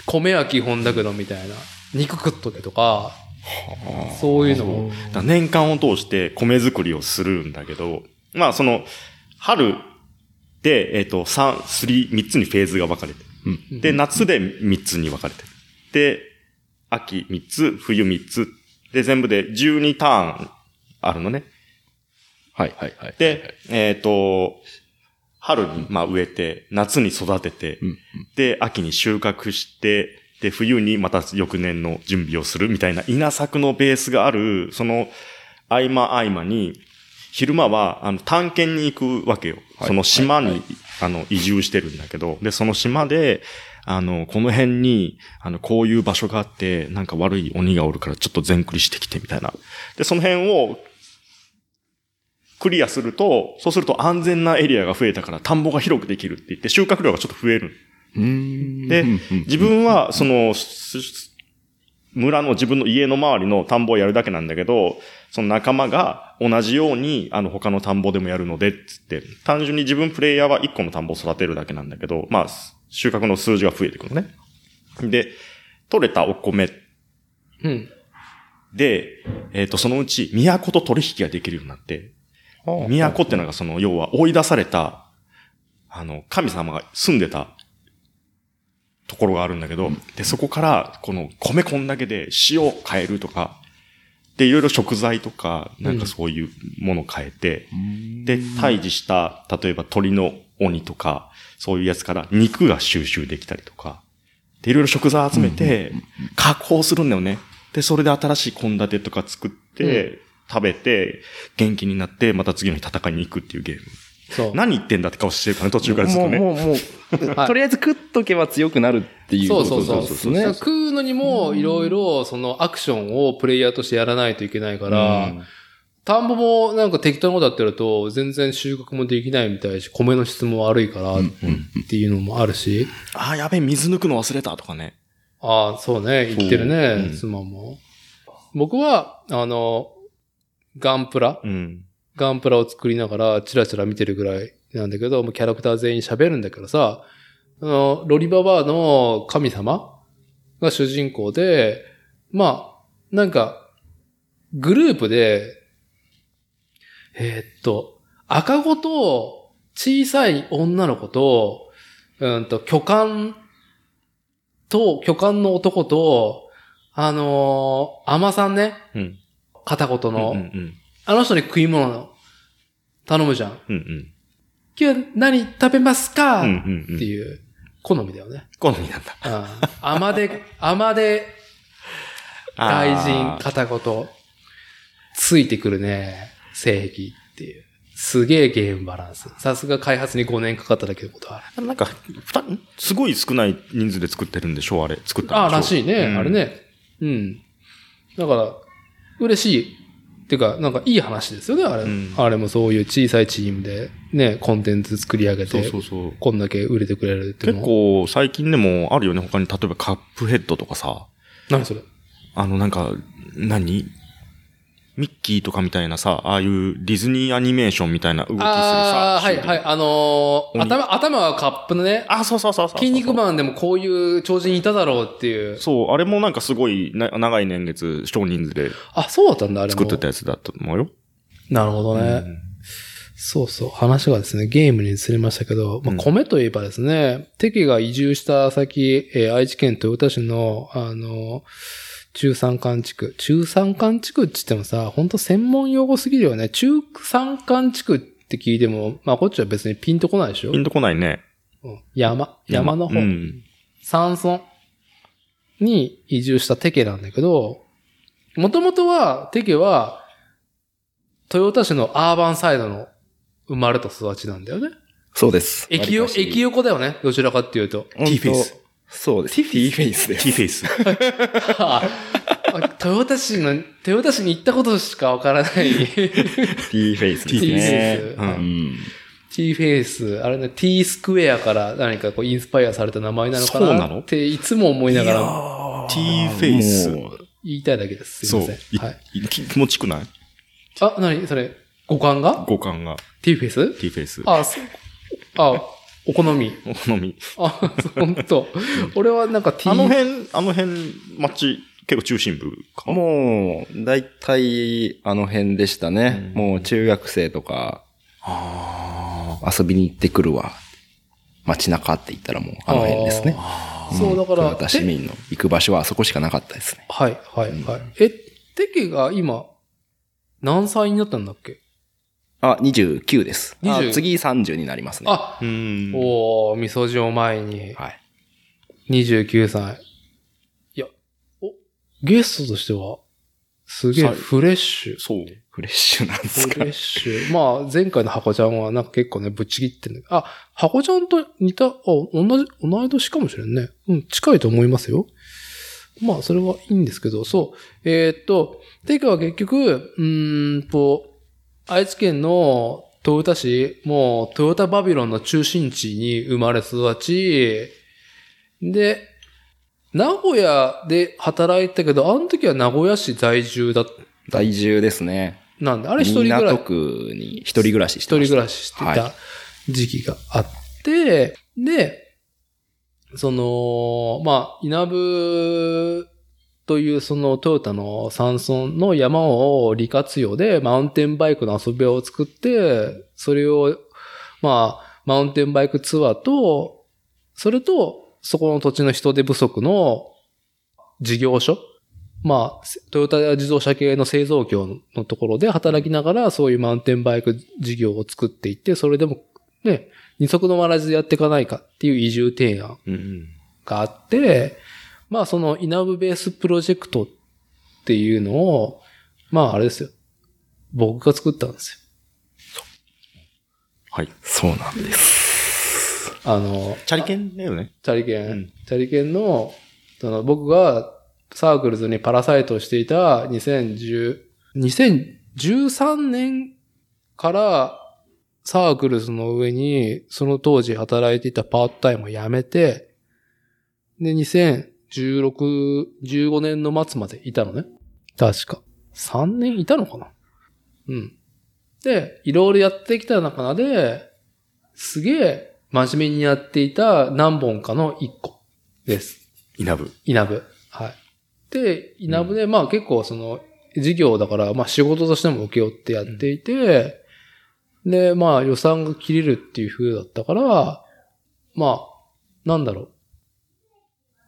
米は基本だけどみたいな。肉食っとけとか、そういうのも。だから年間を通して米作りをするんだけど、まあその、春で、えっ、と、三、3、3つにフェーズが分かれてる。で、うん夏で3つに分かれてる。で、秋3つ、冬3つ。で、全部で12ターンあるのね。はいはいはい。で、えっ、と、春に、まあ、植えて、夏に育てて、うん、で、秋に収穫して、で、冬にまた翌年の準備をするみたいな稲作のベースがある、その合間合間に、昼間は、あの、探検に行くわけよ。はいその島に、はいはあの、移住してるんだけど、で、その島で、あの、この辺に、あの、こういう場所があって、なんか悪い鬼がおるからちょっと全クリしてきてみたいな。で、その辺をクリアすると、そうすると安全なエリアが増えたから田んぼが広くできるって言って収穫量がちょっと増える。うん。でうんうん自分は、その、すす村の自分の家の周りの田んぼをやるだけなんだけど、その仲間が同じように、あの、他の田んぼでもやるので、つって、単純に自分プレイヤーは1個の田んぼを育てるだけなんだけど、まあ、す収穫の数字が増えてくるのね。で、取れたお米うん。で、えっ、と、そのうち、都と取引ができるようになって、はあ都ってのがその、要は追い出された、あの、神様が住んでたところがあるんだけど、で、そこから、この米こんだけで塩を変えるとか、で、いろいろ食材とか、なんかそういうものを変えて、うんで、退治した、例えば鳥の鬼とか、そういうやつから肉が収集できたりとか、で、いろいろ食材集めて、加工するんだよね。で、それで新しい献立とか作って、食べて、元気になって、また次の日戦いに行くっていうゲーム。そう。何言ってんだって顔してるからね、途中からずっとね。もう、もう、もう、 はいとりあえず食っとけば強くなるっていうそこうそとうそう。ですね。食うのにも、いろいろ、そのアクションをプレイヤーとしてやらないといけないから、田んぼもなんか適当なことやってると、全然収穫もできないみたいだし、米の質も悪いからっていうのもあるし、ああ、やべえ、水抜くの忘れたとかね。ああ、そうね、言ってるね、うん妻も。僕は、あの、ガンプラ、うん。ガンプラを作りながら、チラチラ見てるぐらいなんだけど、もうキャラクター全員喋るんだけどさ、あの、ロリババアの神様が主人公で、まあ、なんか、グループで、えーっと、赤子と小さい女の子と、うんと、巨漢と、巨漢の男と、あのー、甘さんね、うん。片言の、うんうんあの人に食い物頼むじゃん。うん。うん今日何食べますか、うん。うんっうんうてん。いう、好みだよね。好みなんだ。うん。甘で、 甘で大あ臣ー片言、ついてくるね、性癖っていう。すげえゲームバランス。さすが開発に5年かかっただけのことはある。なんか、ふたんすごい少ない人数で作ってるんでしょあれ。作ったああ、らしいね、あれね。ね。うん。だから、嬉しい。っていうか、なんかいい話ですよね、あれ。うんあれもそういう小さいチームで、ね、コンテンツ作り上げて。そうそうそう。こんだけ売れてくれるっていうの結は。構、最近でもあるよね。他に、例えばカップヘッドとかさ、何それあの、なんか、何ミッキーとかみたいなさ、ああいうディズニーアニメーションみたいな動きするさ。ああー、はいシュートはい。あのー鬼頭、頭はカップのね、あ、そうそうそうそうそう。筋肉マンでもこういう超人いただろうっていう。そう、あれもなんかすごいな長い年月、少人数であ、そうだったんだ、あれも。作ってたやつだったと思うよ。なるほどね。そうそう。話がですね、ゲームに移りましたけど、まあ、うん米といえばですね、敵が移住した先、えー愛知県豊田市の、あの、中山間地区。中山間地区って言ってもさ、ほんと専門用語すぎるよね。中山間地区って聞いても、まあこっちは別にピンとこないでしょピンとこないね。うん山、山の方、うん。山村に移住したテケなんだけど、もともとは、テケは、豊田市のアーバンサイドの生まれと育ちなんだよね。そうです。駅よ、駅を、横だよね。どちらかってい うと。ティティーフェイス。そうです。ティーフェイスティです。ーフェイ ス。あ豊田市の、豊田市に行ったことしかわか らない。ティーフェイスですティーフェイねス。うん。 T フェイス、あれね、T スクエアから何かこうインスパイアされた名前なのそかうなのなっていつも思いながららティーフェイス言いたいだけです。すそいうません。。いはい。いき気持ちよくないあ、なにそれ、五感が五感が。 ?T フェイスティーフェイス。あ、そう。あ、お好み。お好み。あ、ほんと。俺はなんか T、あの辺、あの辺、街、結構中心部か。もう、だいたいあの辺でしたね。うんもう中学生とかあ遊びに行ってくるわ。街中って言ったらもうあの辺ですね。あーそうだから豊田市民の行く場所はあそこしかなかったですね。はい、はい、はい。え、テケが今、何歳になったんだっけあ、29です。あ20次30になりますね。あ。、あうん。おー、味噌汁を前に、はい。 29歳。いや、お、ゲストとしては、すげえさいフレッシュ。そう。フレッシュなんですフかレ。ッシュ。まあ、前回の箱ちゃんはなんか結構ね、ぶっちぎってんだけど。あ、箱ちゃんと似た、あ、同じ、同い年かもしれんね。うん、近いと思いますよ。まあ、それはいいんですけど、そう。えーっと、ていうか結局、うーんと、愛知県の豊田市、もう、豊田バビロンの中心地に生まれ育ち、で、名古屋で働いてたけど、あの時は名古屋市在住だ、在住ですね。なんだ。あれ一人ぐらい港。区に一人暮らしして一ま人した。暮らししてはた時期があって、で、その、まあ、稲部というそのトヨタの山村の山を利活用でマウンテンバイクの遊び場を作って、それを、まあ、マウンテンバイクツアーと、それと、そこの土地の人手不足の事業所まあ、トヨタ自動車系の製造業のところで働きながら、そういうマウンテンバイク事業を作っていって、それでも、ね、二足のわらずやっていかないかっていう移住提案うん。があって、まあ、そのイナブベースプロジェクトっていうのを、まあ、あれですよ。僕が作ったんですはい。そうなんです。よ。あの、チャリケンだよね。チャリケン、うんチャリケンの、その僕がサークルズにパラサイトをしていた2010、2010 13年からサークルズの上に、その当時働いていたパートタイムを辞めて、で、2016、15年の末までいたのね。確か。3年いたのかなうん。で、いろいろやってきた中で、すげえ真面目にやっていた何本かの1個です。稲部。稲部。はい。で、稲部で、まあ結構その、事業だから、まあ仕事としても受け負ってやっていて、で、まあ予算が切れるっていう風だったから、まあ、なんだろう。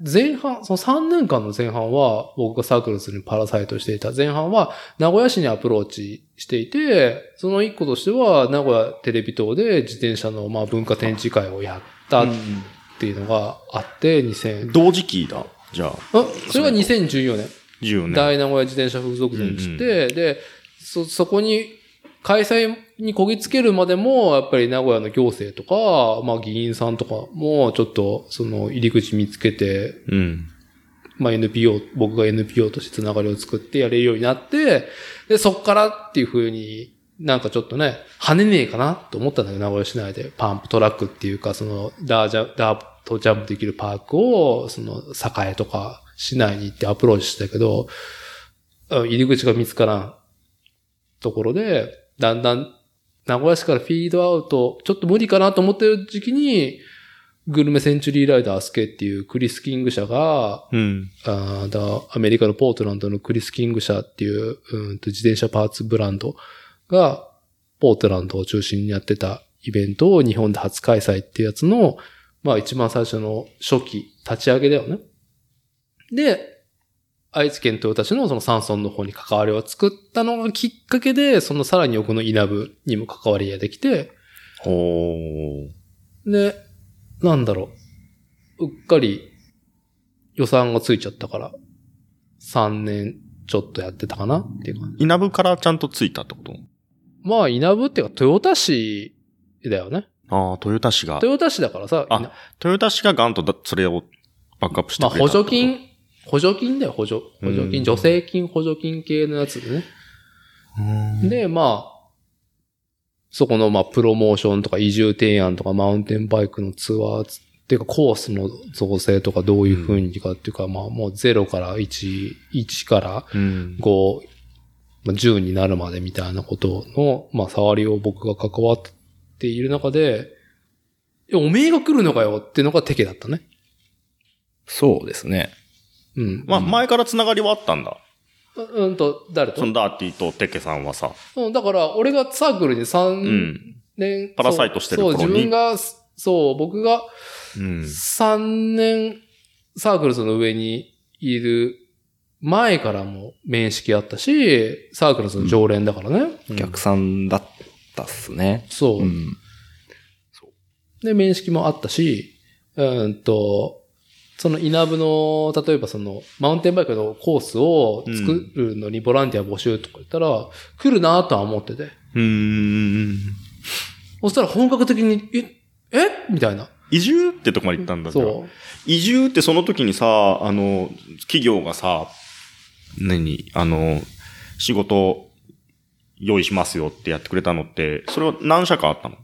前半、その3年間の前半は、僕がサークルズにパラサイトしていた。前半は、名古屋市にアプローチしていて、その一個としては、名古屋テレビ塔で自転車のまあ文化展示会をやったっていうのがあって、2000、同時期だ。じゃあ、あ、それが2014年。 14年。大名古屋自転車風俗店っつって、で、そ、そこに、開催にこぎつけるまでも、やっぱり名古屋の行政とか、まあ議員さんとかも、ちょっと、その入り口見つけて、うん。まあ NPO、僕が NPO としてつながりを作ってやれるようになって、で、そっからっていう風になんかちょっとね、跳ねねえかなと思ったんだけど、名古屋市内でパンプトラックっていうか、そのダージャ、ダーとジャンプできるパークを、その栄とか市内に行ってアプローチしたけど、あ入り口が見つからんところで、だんだん名古屋市からフィードアウト、ちょっと無理かなと思ってる時期に、グルメセンチュリーライダーアスケっていうクリス・キング社が、うん。あーだアメリカのポートランドのクリス・キング社っていう、うんと自転車パーツブランドが、ポートランドを中心にやってたイベントを日本で初開催っていうやつの、まあ一番最初の初期、立ち上げだよね。で、愛知県豊田市のその山村の方に関わりを作ったのがきっかけで、そのさらに奥の稲部にも関わりができて、ほー。で、なんだろう。うっかり予算がついちゃったから、3年ちょっとやってたかなっていう感じ。稲部からちゃんとついたってことまあ、稲部っていうか、豊田市だよね。ああ、豊田市が。豊田市だからさ、あ稲豊田市がガンとだそれをバックアップしてまあ、くれた補ってこと。助金、補助金だよ、補助、補助う金、ん助成金、補助金系のやつでね。うん。で、まあ、そこの、まあ、プロモーションとか移住提案とか、マウンテンバイクのツアーつっていうか、コースの造成とか、どういう風にかっていうか、まあ、もう0から1、1からうん。 5、まあ、10になるまでみたいなことの、まあ、触りを僕が関わっている中で、いやおめえが来るのかよっていうのがテケだったね。そうですね。うん。まあ、前からつながりはあったんだ。ううんと、誰とそのダーティとテッケさんはさ。うん、だから、俺がサークルにう3ん。年、パラサイトしてる頃にそう、自分が、そう、僕が、うん。 3年サークルズの上にいる前からも面識あったし、サークルズの常連だからね。逆算だったっすね。そう、うん。で、面識もあったし、うーんと、その稲部の、例えばその、マウンテンバイクのコースを作るのにボランティア募集とか言ったら、来るなとは思ってて。うん。そしたら本格的に、え、えみたいな。移住ってとこまで行ったんだじゃあそう。移住ってその時にさ、あの、企業がさ、何、あの、仕事用意しますよってやってくれたのって、それは何社かあったの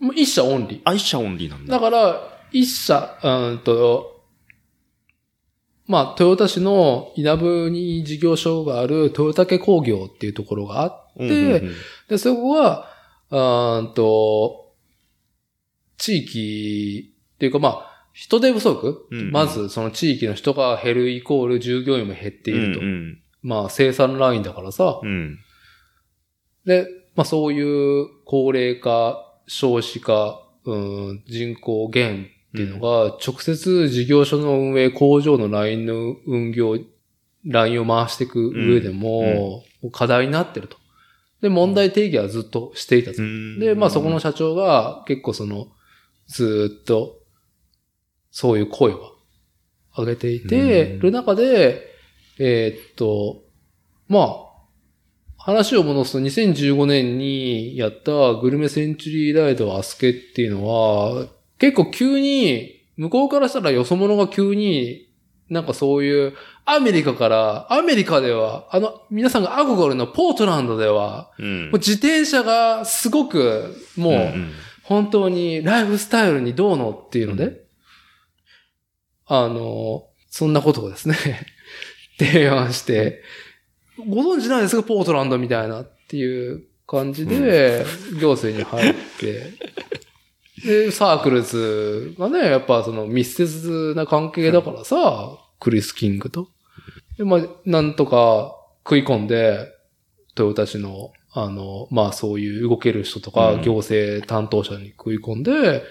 もう一社オンリー。愛社オンリーなんだ。だから、一社、うーんと、まあ、豊田市の稲部に事業所がある豊田家工業っていうところがあって、うんうんうんで、そこは、うーんと、地域っていうか、まあ、人手不足、うんうんまず、その地域の人が減るイコール従業員も減っていると。うんまあ、生産ラインだからさ、うん。うん。で、まあそういう高齢化、少子化、うん、人口減っていうのが、直接事業所の運営、工場のラインの運用、ラインを回していく上でも、課題になってると。で、問題定義はずっとしていたと。うんで、まあそこの、社長が結構その、ずーっと、そういう声を上げていて、うんる中で、えーっと、まあ、話を戻すと2015年にやったグルメセンチュリーライドアスケっていうのは、結構急に、向こうからしたらよそ者が急に、なんかそういう、アメリカから、アメリカでは、あの、皆さんが憧れのポートランドでは、うんもう。自転車がすごく、もう、んん本当にライフスタイルにどうのっていうので、うあの、そんなことをですね、 提案して、ご存知ないですか、ポートランドみたいなっていう感じで、行政に入って、で、サークルズがね、やっぱその密接な関係だからさ、クリス・キングと。で、まあ、なんとか食い込んで、豊田市の、あの、まあそういう動ける人とうか、ん行政担当者に食い込んで、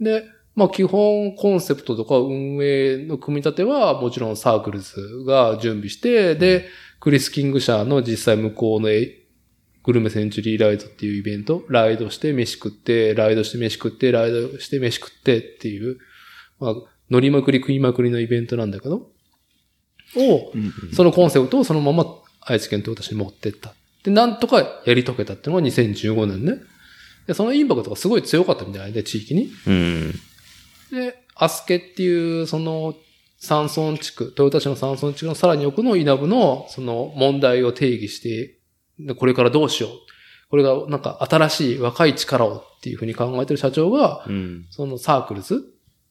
で、まあ基本コンセプトとか運営の組み立てはもちろんサークルズが準備して、で、クリス・キング社の実際向こうのえグルメセンチュリーライドっていうイベント、ライドして飯食って、ライドして飯食って、ライドして飯食ってっていう、まあ乗りまくり食いまくりのイベントなんだけど、を、そのコンセプトをそのまま愛知県豊田市に持ってった。で、なんとかやり遂げたっていうのが2015年ね。で、そのインパクトがすごい強かったみたいで、地域に。うん。で、アスケっていう、その、山村地区、豊田市の山村地区のさらに奥の稲部の、その問題を定義して、でこれからどうしよう。これが、なんか、新しい若い力をっていうふうに考えてる社長が、うん。そのサークルズ、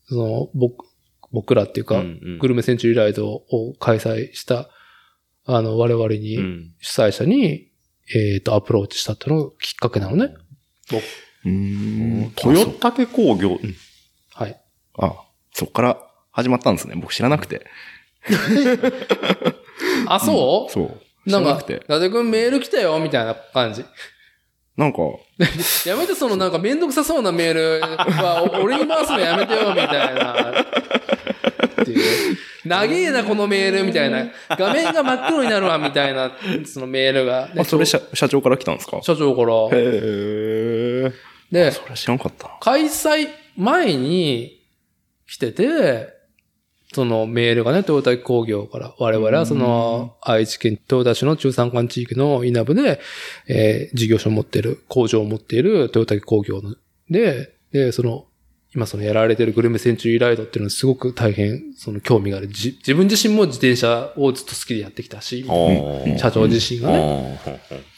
その、僕、僕らっていうか、グルルメセンチュリーライドを開催した、あの、我々に、うん。主催者に、えっ、と、アプローチしたっていうのがきっかけなのね。うん。トヨタケ工業。うんはい。あ、そっから始まったんですね。僕知らなくて。あ、そう、そう。知ならんなかくて、。なでくんメール来たよ、みたいな感じ。なんか、やめて、そのなんかめんどくさそうなメールは、お俺に回すのやめてよ、みたいな。っていう。長えな、このメール、みたいな。画面が真っ黒になるわ、みたいな、そのメールが。であ、それ社社長から来たんですか社長から。へえ。で、それ知らんかったな。開催前に来てて、そのメールがね、豊田工業から、我々はその愛知県豊田市の中山間地域の稲部で、えー事業所を持っている、工場を持っている豊田工業ので、で、その、今そのやられてるグルメセンチュリーライドっていうのはすごく大変、その興味がある。じ自分自身も自転車をずっと好きでやってきたし、あ社長自身がね、あ。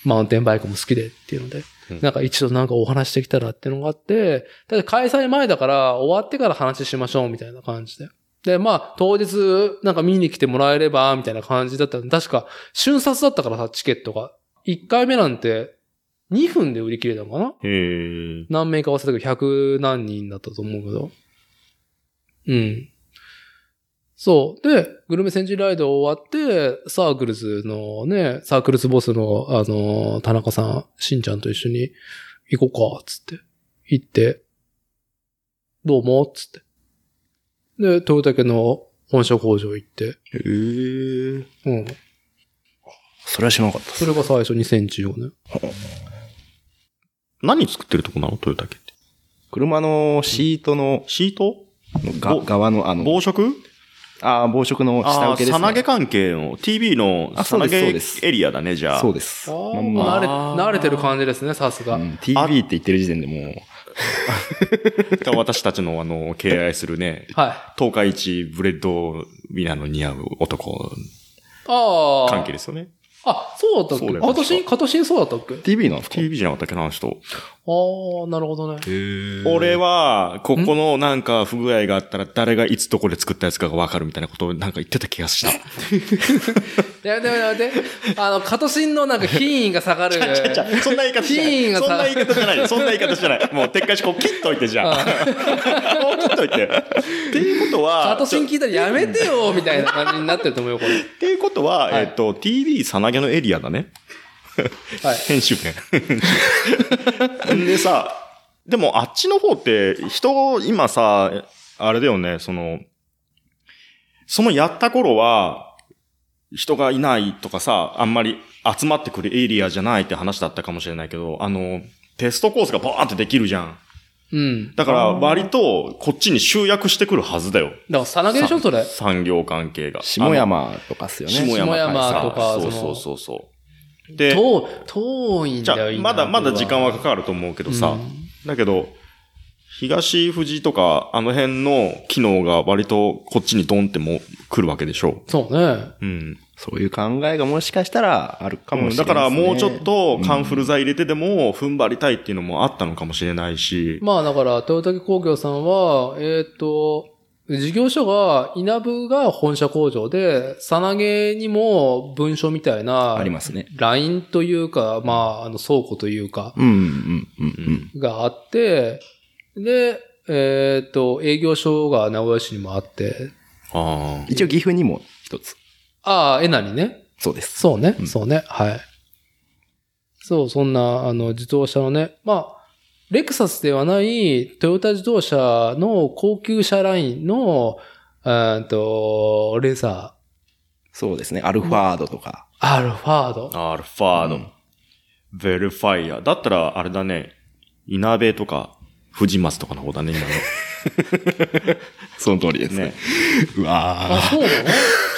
マウンテンバイクも好きでっていうのでうん、なんか一度なんかお話してきたらっていうのがあって、ただ開催前だから終わってから話しましょうみたいな感じで。で、まあ当日なんか見に来てもらえればみたいな感じだったの確か瞬殺だったからさ、チケットが。1回目なんて2分で売り切れたのかなへえ。何名か合わせたけど100何人だったと思うけど。うん。そう。で、グルメセンチュリーライド終わって、サークルズのね、サークルズボスの、あのー田中さん、しんちゃんと一緒に行こうか、つって。行って、どうも、つって。で、豊田家の本社工場行って、へえ。うん。それは知らなかったっすそれが最初2015年。何作ってるとこなのトヨタケって。車のシートの、シートがぼ側の、あの、防食ああ、防食の下あ請あけー、です、ね。さなげ関係の、TV のあさそうなですげそうですエリアだね、じゃあ。そうです。まんま慣れあー慣れてる感じですね、さすが。うん、TV って言ってる時点でもう、私たちの、あの、敬愛するね、はい。東海一ブレッドミラーの似合う男ああ。関係ですよね。あ、そうだったっそうけだよカトシン、カトシンそうだったっけ TV なんですか TV じゃなかったっけな、あの人。ああ、なるほどね。俺は、ここのなんか不具合があったら誰がいつどこで作ったやつかがわかるみたいなことをなんか言ってた気がした。やめてやめてやめて。あの、カトシンのなんか品位が下 がる。そんな言い方じゃキーンながい。そんさな言い方じゃない。そんな言い方じゃない。もう撤回し、こう切っといてじ ゃあ。もう切っといて。っていうことは、カトシン聞いたらやめてよみたいな感じになってると思うよ、これ。はい。っていうことは、はいえっと、TV さなげのエリアだね。 編集権。でさ、でもあっちの方って、人、今さ、あれだよね、その、そのやった頃は、人がいないとかさ、あんまり集まってくるエリアじゃないって話だったかもしれないけど、あの、テストコースがバーンってできるじゃん。うん。だから割とこっちに集約してくるはずだよ。だから、さなげでしょ、それ。産業関係が。下山とかっすよね。下山山とかはいそうそそのうそうそう。で、遠、遠いんじゃだあよ、まだまだ時間はかるかると思うけどさ、だけど、東富士とか、あの辺の機能が割とこっちにドンってもう来るわけでしょそうね。う。うん。そういう考えがもしかしたらあるかもしれない、だからもうちょっとカンフル、ル剤入れてでも踏ん張りたいっていうのもあったのかもしれないし。まあだから、豊竹工業さんは、えっ、と、事業所が、稲部が本社工場で、さなげにも文書みたいな、ありますね。ラインというか、まあ、あの倉庫というか、うんうんうんうん。があって、で、えっ、と、営業所が名古屋市にもあって、あ一応岐阜にも一つ。ああ、えなにね。そうです。そうね、うんそうね、はい。そう、そんな、あの、自動車のね、まあ、レクサスではない、トヨタ自動車の高級車ラインの、うんと、レーザそうですね。アルファードとか。ー、アルファード。あ。アルファーうんド、ベルファイア。だったら、あれだね、イナベとか、藤松とかの方だね、今その通りでの。ね。。うわあ、ーそうなの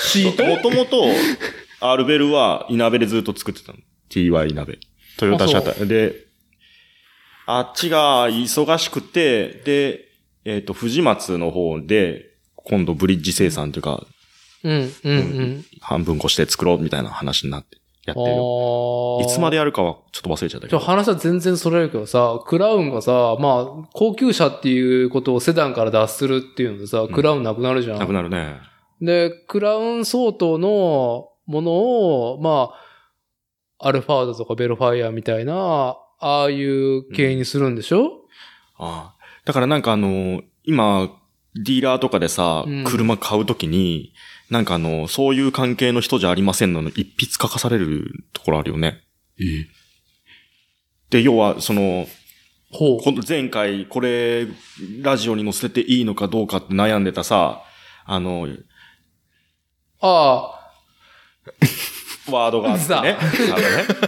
シ ートもともと、アルベルは、イナベでずっと作ってたの。TY イナベ。トヨタ車体。で、あっちが忙しくて、で、えっ、と、藤松の方で、今度ブリッジ生産というか、うん、うん、うん。半分越して作ろうみたいな話になって、やってるよ。いつまででやるかはちょっと忘れちゃったけちょ、ど。話は全然それるけどさ、クラウンがさ、まあ、高級車っていうことをセダンから脱するっていうのでさ、クラウンなくなるじゃん。なくなるね。で、クラウン相当のものを、まあ、アルファードとかベロファイアみたいな、ああいう系にするんでしょ、ああ。だからなんかあの、今、ディーラーとかでさうん、車買うときに、なんかあの、そういう関係の人じゃありませんの、一筆書かされるところあるよね。で、要は、その、ほこの前回、これ、ラジオに載せていいのかどうかって悩んでたさ、あの、う。あワードがあってザね。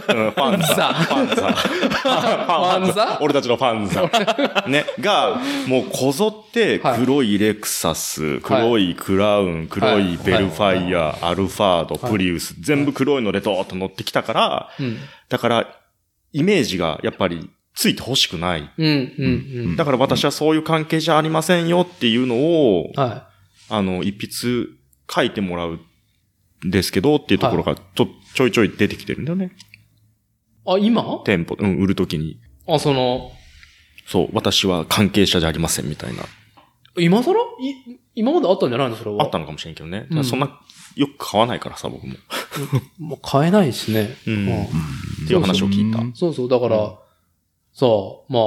あのねうんファンザ。ザファンザ。ァンザ俺たちのファン ザ。ね。が、もうこぞって、はい黒いレクサス、黒いクラウン、黒いベルファイア、アルファード、はいプリウス、全部黒いのでドーッと乗ってきたから、あ。うん。だから、イメージがやっぱりついてほしくない。うん、うん、うん。だから私はそういう関係じゃありませんよっていうのを、はあの、一筆書いてもらうんですけどっていうところがちょ、ちょいちょい出てきてるんだよね。い。あ、今店舗、うん、売るときに。あ、その、そう、私は関係者じゃありませんみたいな。今更い、今まであったんじゃないのそれは。あったのかもしれんけどね。うんそんな、よく買わないからさ、僕も。っもう買えないしね。うんんていう話を聞いた。ううんんそうそう、だから、うんさあ、まあ、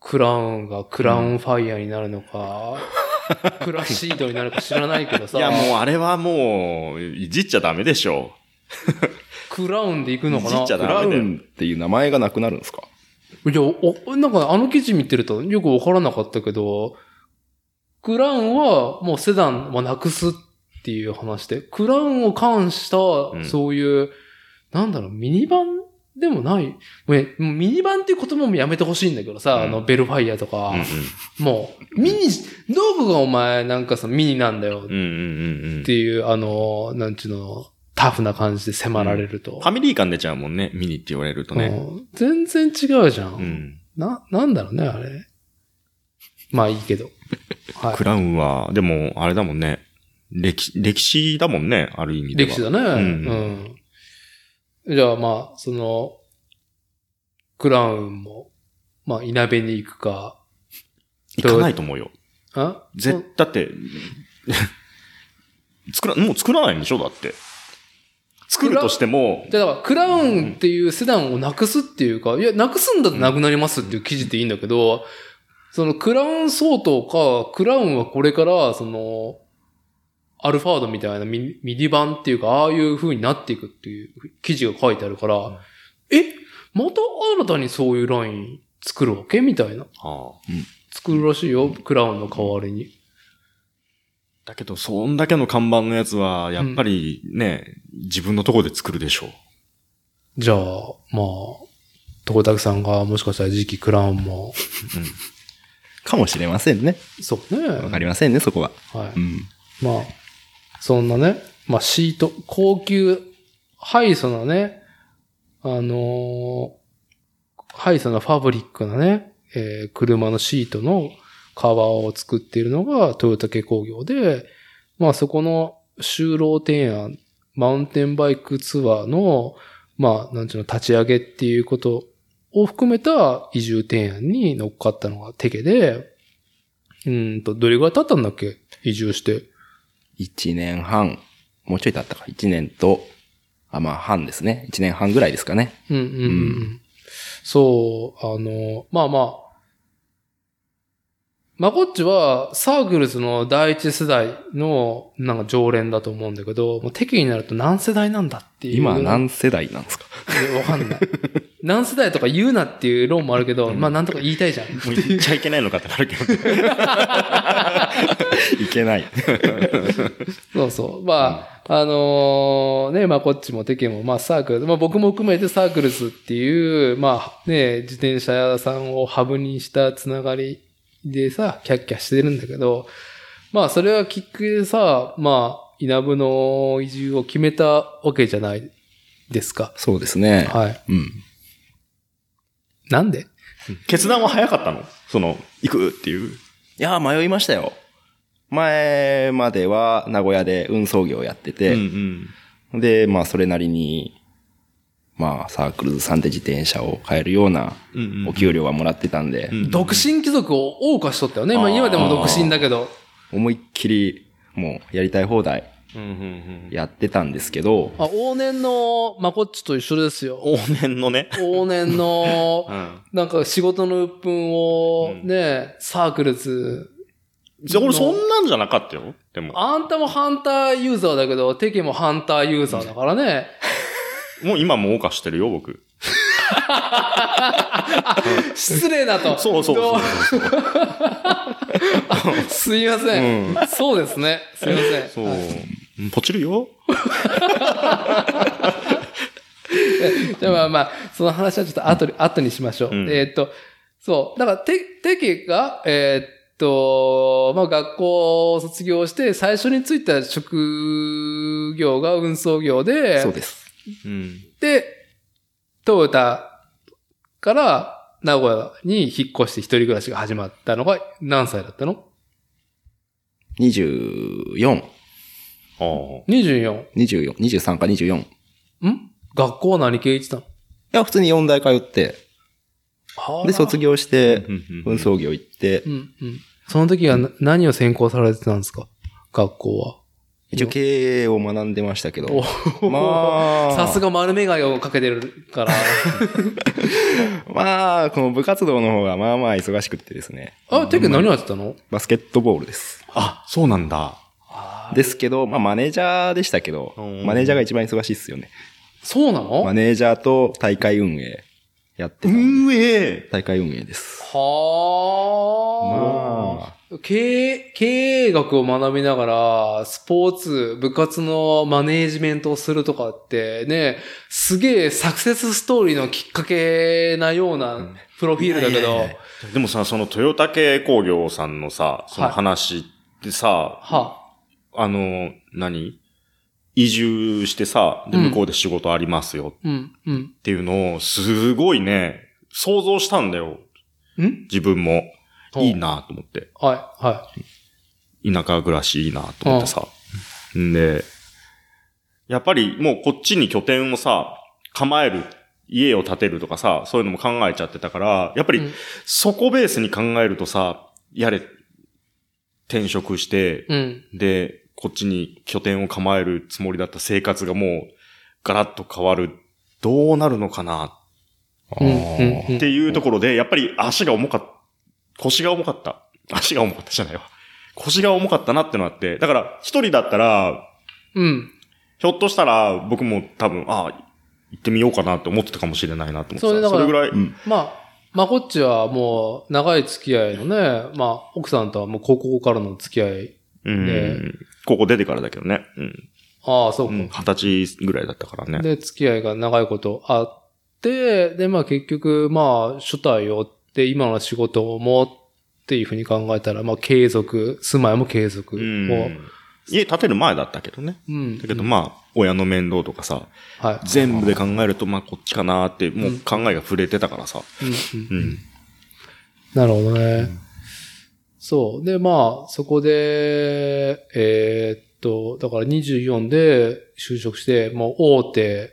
クラウンがクラウンファイヤーになるの か、クラシードになるか知らないけどいさ、や、もうあれはもう、いじっちゃダメでしょクラウンで行くのかいじっちゃダなクラウンっていう名前がなくなるんですかいや、お、なんかあの記事見てるとよくわからなかったけど、クラウンはもうセダンはなくすっていう話で、クラウンを冠したん、そういう、なんだろう、ミニバンでもない。もうねもうミニバンっていう言葉もやめてほしいんだけどさ、うんあの、ベルファイアとか、う。もう、ミニ、ノブがお前なんかさ、ミニなんだようんうんうんうんうんっ。ていう、あの、なんちゅうの、タフな感じで迫られるフ。とァミリー感出ちゃうもんね、ミニって言われるとね。うん全然違うじゃん。うん。な、なんだろうね、あれ。まあいいけど。はいク。ラウンは、でも、あれだもんね。歴史、歴史だもんね、ある意味では。歴史だね。うんん。じゃあまあ、その、クラウンも、まあ、いなべに行くか、行かないと思うよ。あぜ、だって、 作ら、もう作らないんでしょだって。作るとしても、でだから、クラウンっていうセダンをなくすっていうか、いや、なくすんだってなくなりますっていう記事でいいんだけど、そのクラウン相当か、クラウンはこれから、その、アルファードみたいなミミディ版っていうか、ああいう風になっていくっていう記事が書いてあるから、んえまた新たにそういうライン作るわけみたいな。ああ作るらしいよ、クラウンの代わりに。だけど、そんだけの看板のやつは、やっぱりね、自分のとこで作るでし ょう。じゃあ、まあ、トコタクさんがもしかしたら次期クラウンも、かもしれませんね。そうね。わかりませんね、そこは。はい。うん。まあ、そんなね、まあシート、高級、ハイソなね、あのーハイソなファブリックなね、えー車のシートのカバーを作っているのが豊竹工業で、まあそこの就労提案、マウンテンバイクツアーの、まあなんちゅうの立ち上げっていうことを含めた移住提案に乗っかったのがテケで、うーんと、どれぐらい経ったんだっけ移住して。 1年半、もうちょい経ったか。1年と、あ、まあ半ですね。1年半ぐらいですかね。うんうんうんう。うんそう、あの、まあまあ。まこっちはサークルズの第一世代のなんか常連だと思うんだけど、もう敵になると何世代なんだっていう。今何世代なんですかいやわかんない。何世代とか言うなっていう論もあるけど、まあなんとか言いたいじゃん。もう言っちゃいけないのかってなるけどね。 いけない。そうそう。まあ、あのね、まあこっちもテケも、まあサークル、まあ僕も含めてサークルスっていう、まあね、自転車屋さんをハブにしたつながりでさ、キャッキャしてるんだけど、まあそれはきっかけでさ、まあ、稲部の移住を決めたわけじゃないですか。そうですね。はい。うん。なんで決断は早かったのその、行くっていう。いや、迷いましたよ。前までは名古屋で運送業やってうんうて、ん。で、まあそれなりに、まあサークルズさんで自転車を買えるようなうんうんお給料はもらってたんで、うん独身貴族を謳歌しとったよね。まああー今でも独身だけど。思いっきりもうやりたい放題うんうんやってたんですけど、あ、往年のまこっちと一緒ですよ。うん。往年のね。往年のうん。なんか仕事の鬱憤をうんね、サークルズ。じゃあ俺そんなんじゃなかったよ。でも。あんたもハンターユーザーだけど、テケもハンターユーザーだからね。もう今も謳歌してるよ、僕。失礼だと。そうそうそうどうすいません,、そうですね。すいません。そう。うんポチるよ。じゃあまあまあ、その話はちょっと後に、後にしましょう。うんえーっと、そう。だから、て、てけが、えーっと、まあ学校を卒業して、最初についた職業が運送業で、そうです。うん。で、トヨタから名古屋に引っ越して一人暮らしが始まったのが何歳だったの24、ああ。 ?24。 24、23か24。いん学校は何系行ってたのや、普通に4大通って、で、卒業。業してう、んうん運送業行ってう、んうん。その時はな何を専攻されてたんですか学校は。一応経営を学んでましたけど、おまあ、 さすが丸眼鏡をかけてるから。 まあ、この部活動の方がまあまあ忙しくってですね。 あ、てっけ何やってたのバスケットボールです。あ、そうなんだ。あですけど、まあマネージャーでしたけどうん、マネージャーが一番忙しいっすよね。そうなのマネージャーと大会運営やってたんで。え。大会運営です。はあ。まあ、経営、経営学を学びながら、スポーツ、部活のマネージメントをするとかって、ね、すげえサクセスストーリーのきっかけなようなプロフィールだけど、でもさ、その豊竹工業さんのさ、そのはい話ってさ、は、あの、何移住してさ、で、うん向こうで仕事ありますようん、うんっ。ていうのを、すごいね、想像したんだよ。ん自分も。ほういいなと思って。はい、はい。田舎暮らしいいなと思ってさ。んで、やっぱりもうこっちに拠点をさ、構える、家を建てるとかさ、そういうのも考えちゃってたから、やっぱうりんそこベースに考えるとさ、やれ、転職して、うん、で、こっちに拠点を構えるつもりだった生活がもう、ガラッと変わる。どうなるのかなうん、あうっん。ていうところで、やっぱり足が重かった。腰が重かった。足が重かったじゃないわ。腰が重かったなってのあって。だから、一人だったら、うん。ひょっとしたら僕も多分、ああ、行ってみようかなって思ってたかもしれないなと思ってそうねだた。かそられぐらい。ーうんまあ、まあ、こっちはもう長い付き合いのね、まあ、奥さんとはもう高校からの付き合い。うん。ねここ出てからだけどね。うん。ああ、そううか。ん二十歳ぐらいだったからね。で、付き合いが長いことあって、で、まあ結局、まあ、初代を追って、今の仕事もっていうふうに考えたら、まあ継続、住まいも継続を。ううんん。家建てる前だったけどね。。うんだけどまあ、親の面倒とかさ、はい。全部で考えると、まあこっちかなーって、もう考えが触れてたからさ。うんうんうん。なるほどね。そう。で、まあ、そこで、えーっと、だから24で就職して、もう大手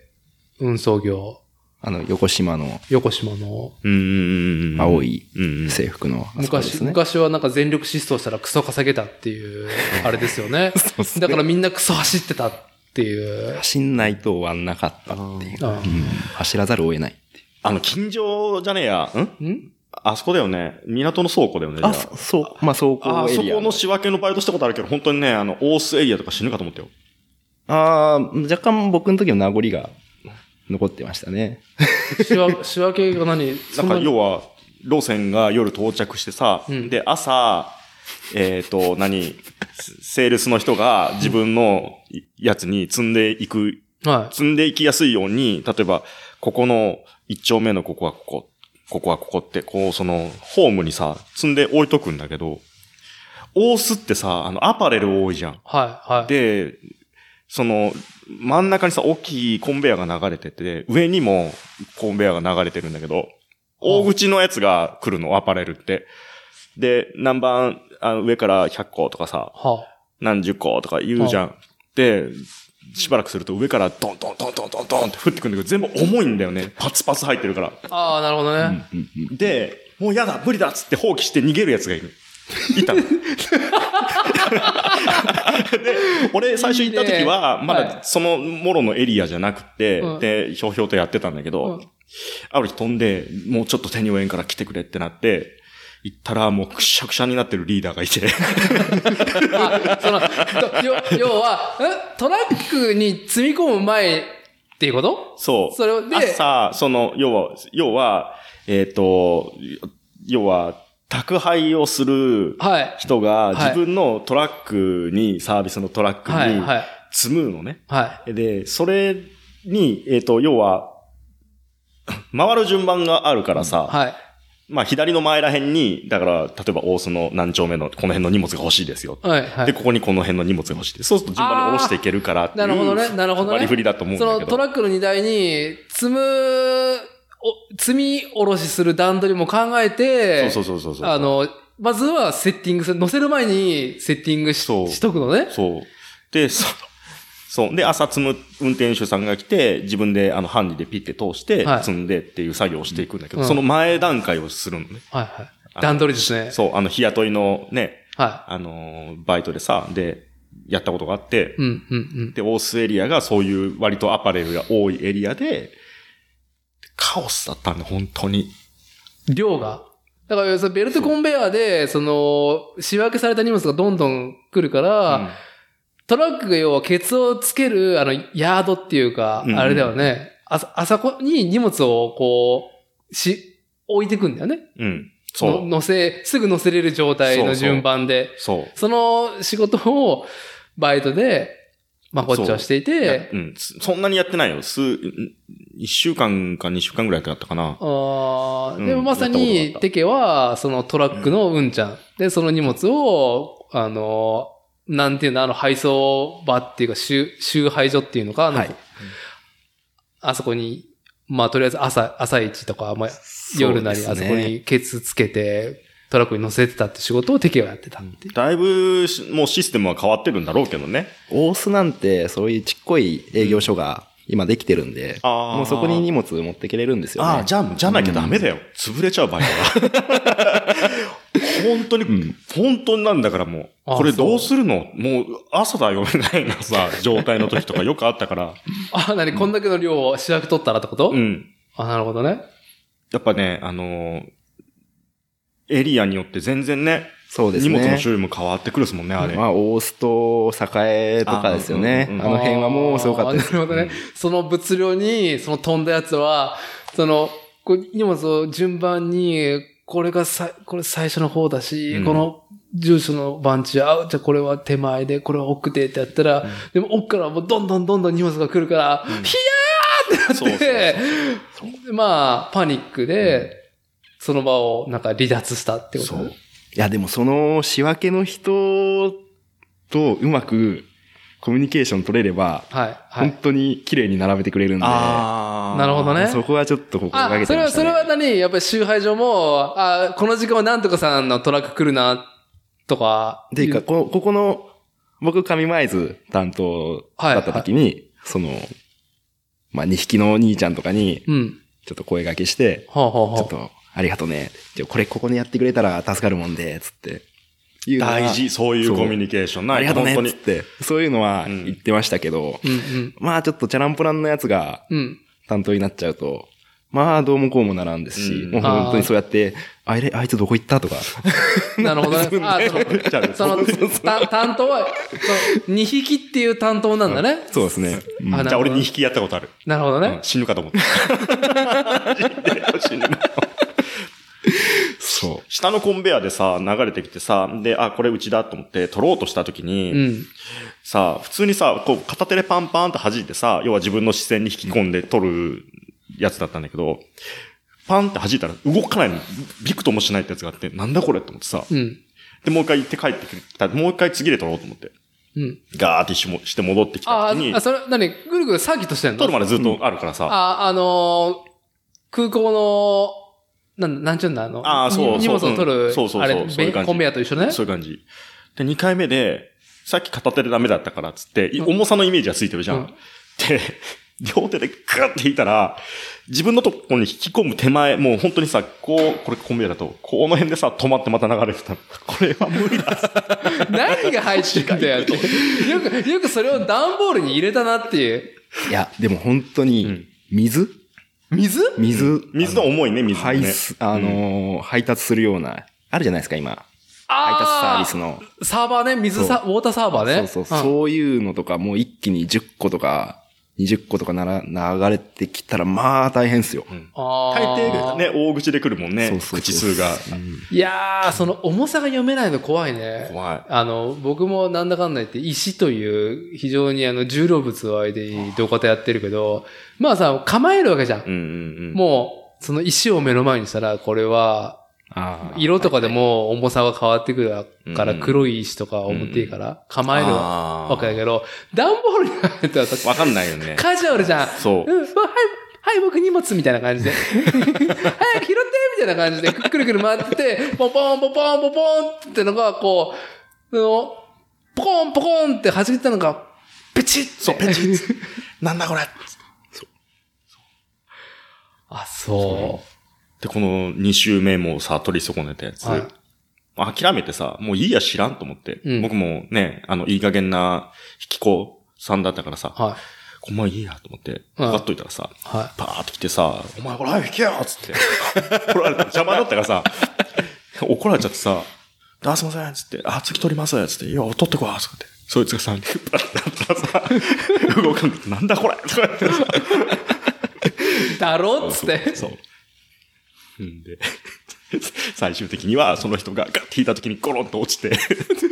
運送業、あの、横島の横島の、うんうんうん。青い。いうんうん。制服の、あそこで昔、すね。昔はなんか全力疾走したらクソ稼げたって いう、あれですよね。そうっすね だからみんなクソ走ってたっていう。走んないと終わんなかったっていう。あうん走らざるを得ないっていう。あの、近所じゃねえや。んんあそこだよね。港の倉庫だよね。じゃあ、そそう。まあ、走あ行あエそリアこの仕分けのバイトしたことあるけど、本当にね、あの、大須エリアとか死ぬかと思ったよ。ああ、若干僕の時の名残が残ってましたね。仕分 仕分けが何なそんんかな要は、路線が夜到着してさ、うんで、朝、えっ、と、何、セールスの人が自分のやつに積んでいく、はい。積んでいきやすいように、例えば、ここの一丁目のここはここ、ここはここって、こう、その、ホームにさ、積んで置いとくんだけど、大須ってさ、あの、アパレル多いじゃん。はい、はい。で、その、真ん中にさ、大きいコンベヤーが流れてて、上にもコンベヤーが流れてるんだけど、大口のやつが来るの、アパレルって。で、何番、あの上から100個とかさ、は何十個とか言うじゃん。で、しばらくすると上からドンドンドンドンドンドンって降ってくるんだけど、全部重いんだよね。パツパツ入ってるから。あ、ああ、なるほどね。で、もうやだ、無理だっつって放棄して逃げるやつがいる。い 、たの。で、俺最初行った時はいいねまはいだそのもろのエリアじゃなくてうん、で、ひょうひょうとやってたんだけうどん、ある日飛んで、もうちょっと手に負えんから来てくれってなって、行ったらもうくしゃくしゃになってるリーダーがいて、あそのと要要は、んトラックに積み込む前っていうことそう。それで朝、その、要は、要は、えっと、要は、宅配をする、はい。人がい自分のトラックに、サービスのトラックはい、はにい。積むのね。はで、それに、えっ、と、要は、回る順番があるからさ、い。はい。まあ左の前ら辺に、だから、例えば大須の何丁目のこの辺の荷物が欲しいですよ。はい、はで、い。ここにこの辺の荷物が欲しいです。そうすると順番に下ろしていけるからっていう。なるほどね、なるほど割りね振。りだと思うんそだのけトど。ラックの荷台に積む、お積み下ろしする段取りも考えて、そうそうそうそう。あ、の、まずはセッティングする、乗せる前にセッティングしそうしとくのね。そう。で、そ、そう。で、朝積む運転手さんが来て、自分で、あの、ハンディでピッて通しては、い積んでっていう作業をしていくんだけど、うんその前段階をするのね。はい、はい。の段取りですね。そう、あの、日雇いのね、はあのー、バイトでさ、で、やったことがあってい。、うん、うん、うん。で、オースエリアがそういう割とアパレルが多いエリアで、カオスだったんだ、本当に。量が。だから、そのベルトコンベヤーで、その、仕分けされた荷物がどんどん来るから、うんトラックが要はケツをつける、あの、ヤードっていうか、うんあれだよね。あそ、あそこに荷物をこう、し、置いてくんだよね。うん。そうの。乗せ、すぐ乗せれる状態の順番で。そう。その仕事を、バイトで、まあ、こっちはしていいやて、うん。そそんなにやってないよ。数、ん一週間か二週間ぐらいやったかな。あうーんでもまさやったことあっにた、テケは、そのトラックのうんちゃん。で、その荷物を、あの、なんていうの、あの、配送場っていうか、集、集配所っていうのか、あの、はいあそこに、まあ、とりあえず朝、朝一とか、まあ、夜なり、あそこにケツつけて、トラックに乗せてたって仕事をテケはやってたっていう。だいぶし、もうシステムは変わってるんだろうけどね。大須なんて、そういうちっこい営業所が今できてるんで、あーもうそこに荷物持ってけれるんですよね。ああ、じゃあ、じゃなきゃダメだよ。潰れちゃう場合は。本当に、本当になんだからもう、あこれどうするのもう朝だよみたいなさ、状態の時とかよくあったから。あ、なに、こんだけの量を主役取ったらってこと、うん。あ、なるほどね。やっぱね、あのーエリアによって全然ね、そうです荷ね。物の種類も変わってくるですもんね、あれ。まあ、大須と栄とかですよね。ああ,、うんうんの辺はもうすごかったですあー。なるほどね。その物量に、その飛んだやつは、その、こう荷物を順番に、これがさ、これ最初の方だし、うんこの住所の番地、あ、じゃあこれは手前で、これは奥でってやったら、でも奥からもうどんどんどんどん荷物が来るから、ひそうそうそうで、まあ、パニックで、その場をなんか離脱したってことそう。いや、でもその仕分けの人とうまくコミュニケーション取れれば、はい、は本い。当に綺麗に並べてくれるんで、あーなるほどねそこはちょっと心があ、けそてれまは、した、そね。れは何やっぱり集配所も、あ、この時間はなんとかさんのトラック来るな、とか。で、かこ、ここの、僕、上前津担当だった時に、その、まあ、2匹のお兄ちゃんとかに、うん。ちょっと声掛けして、はあ、はあはあ、ちょっと、ありがとうね。じゃあこれここにやってくれたら助かるもんで、つって。いうのは大事、そういうそうコミュニケーションなあいりとがとう本ね当、つっに。て。そういうのはうん言ってましたけど、うんうん。まあちょっとチャランポランのやつがうん。担当になっちゃうと、まあどうもこうもならんですし、うんもう本当にそうやって、あれ、あいつどこ行っ たとか。なるほどね。あ、じゃあその、その、た担当は、その2匹っていう担当なんだね。そうですね。うんあじゃあ俺なるほど2匹やったことある。なるほどうんね。死ぬかと思った。死ぬかそ下のコンベヤでさ、流れてきてさ、で、あ、これうちだと思って取ろうとした時に、うん。さ、普通にさ、こう片手でパンパンと弾いてさ、要は自分の視線に引き込んで取るやつだったんだけど、パンって弾いたら動かないの。びくともしないってやつがあって、なんだこれと思ってさ。うん。で、もう一回行って帰ってきた。もう一回次で取ろうと思って。うん。ガーってしもして戻ってきたあ時にあ、、それ、何ぐるぐるサーキットしてんの取るまでずっとあるからさ。あ、あのー空港の、なん、なんちゅうんだ、あの、あーそうそうに荷物を取る、うんそうそうそうあれ、そういう感べじコンベヤと一緒ね。そういう感じ。で、2回目で、さっき片手でダメだったからっつって、いうん重さのイメージがついてるじゃん。うんで、両手でグッて引いたら、自分のとこに引き込む手前、もう本当にさ、こう、これコンビニだと、この辺でさ、止まってまた流れてた。これは無理だ。何が入ってるんだよって。よく、よくそれを段ボールに入れたなっていう。う。いや、でも本当に、水、水水 水の重いね、水の配ね。す、あのー配達するような、あるじゃないですか、今。配達サーあビスの。あ、サーバーね、水サ、ウォーターサーバーね。そうそう、そういうのとか、もう一気に10個とか、20個とかなら、流れてきたら、まあ大変ですよ。あ大ー抵ね、大口で来るもんねそう、そうそう口数が。いやー、その重さが読めないの怖いね。怖い。あの、僕もなんだかんだ言って石という非常にあの重量物を相手に同型やってるけど、まあさ、構えるわけじゃん。うんうんうん。もう、その石を目の前にしたら、これは、あ色とかでも重さが変わってくるかうら、ん黒い石とか重ていから、構えるわあけだーけど、段ボールに入ったらさわかんないよね。カジュアルじゃん。そううん、わはい、はい、僕荷物みたいな感じで。早く拾ってみたいな感じで、くるくる回ってて、ポンポンポンポンポンポンってのが、こう、その、ポコンポコンって弾けたのが、ペチッそう、ペチ ッ。なんだこれあ、そで、この2周目もさ、取り損ねたやつ。はい諦めてさ、もういいや知らんと思って。うん僕もね、あの、いい加減な引き子さんだったからさ、う。はい。お前いいやと思って、かかっといたらさ、はパーって来てさ、お前ほら引けよっつ って。怒られた。邪魔だったからさ、 怒られちゃってさ、あ、すいませんっつって、あ、次取りますっつって、いや、取ってこいっつって。そいつがさ、 パッてなったらさ、動かんくて、なんだこれとか言ってさい。だろっつって。そう。うんで、 最終的にはその人がガッて引いた時にゴロンと落ちて、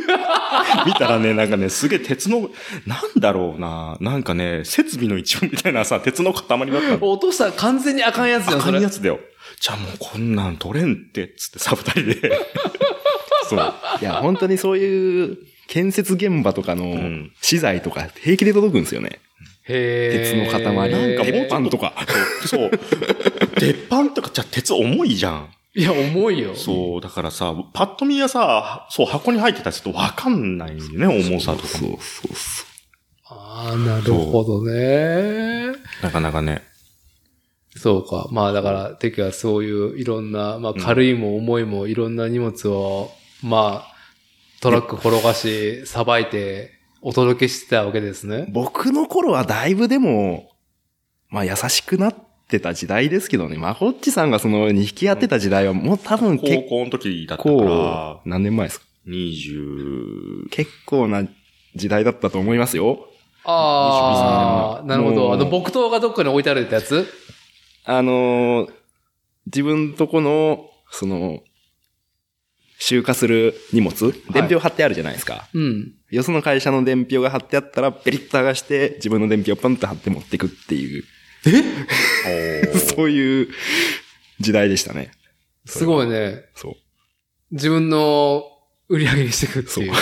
見たらね、なんかね、すげえ鉄の、なんだろうな、なんかね、設備の一部みたいなさ、鉄の塊だったの。落としたら完全にあかんやつじゃん、赤そいれや。つだよ。じゃあもうこんなん取れんって、つってさ、二人 で。そう。いや、本当にそういう、建設現場とかのん資材とか平気で届くんですよね。鉄鉄の塊。なんか鉄も板とか。 そう。鉄板とか、じゃあ鉄重いじゃん。う、いや、重いよ。そう、だからさ、パッと見はさ、そう、箱に入ってたりするとわかんないんだよね、重さとかそも。うそうそああ、なるほどね。なかなかね。そうか。まあだから、てかそういういろんな、まあ軽いも重いもいろんな荷物を、まあ、トラック転がし、さばいて、お届けしてたわけですう。ね。僕の頃はだいぶでも、まあ優しくなってた時代ですけどね。まこっちさんがその2匹やってた時代はもう多分高結校の時だったか構ら、、何年前ですか20、結構な時代だったと思いますよ。ああ、 23なるほもど。うあの、木刀がどっかに置いてあるってやつあのー自分とこの、その、集荷する荷物、伝票貼ってあるじゃないですか。うん。よその会社の伝票が貼ってあったら、ペリッと剥がして、自分の伝票をパンと貼って持ってくっていう、 そういう時代でしたね。すごいね。そう。自分の売り上げにしてくっていう。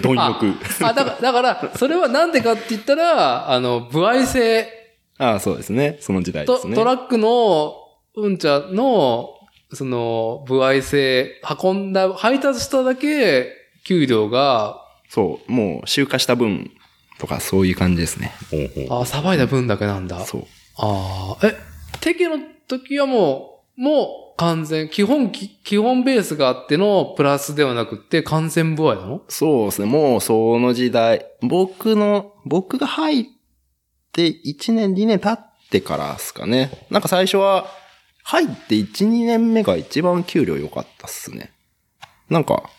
貪欲。あ、だから、だから、それはなんでかって言ったら、あの、歩合制ああ、そうですね。その時代でと、すね。トラックのうんちゃの、その、歩合制、運んだ、配達しただけ、給料が、そう。もう、集荷した分とか、そういう感じですね。あ、さばいた分だけなんだ。そう。ああ、え、テケの時はもう、もう完全、基本、き基本ベースがあってのプラスではなくて完全歩合なのそうですね。もう、その時代。僕の、僕が入って1年、2年経ってからですかね。なんか最初は、入って1、2年目が一番給料良かったっすね。なんか、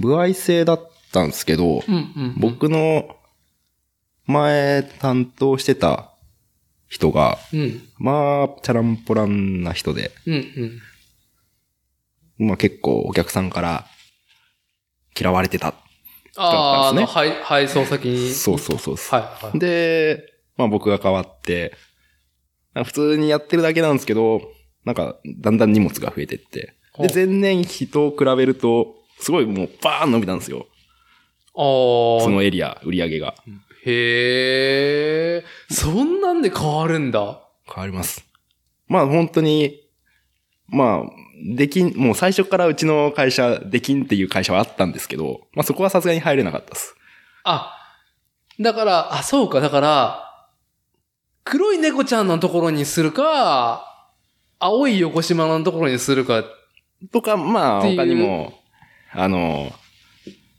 不愛制だったんですけど、うんうん。僕の前担当してた人が、うん。まあ、チャランポランな人で、うんうん。まあ結構お客さんから嫌われてた。ああ、あだの、った配、配送先に。そうそうそうそう。はい、はい。で、まあ僕が変わって、なんか普通にやってるだけなんですけど、なんかだんだん荷物が増えてって。ほうで、前年比と比べると、すごいもうバーン伸びたんですよ。そああ、のエリア、売り上げが。へえ、そんなんで変わるんだ。変わります。まあ本当に、まあ、できん、もう最初からうちの会社、できんっていう会社はあったんですけど、まあそこはさすがに入れなかったです。あ、だから、あ、そうか、だから、黒い猫ちゃんのところにするか、青い横島のところにするか。とか、まあっていう他にも、あの、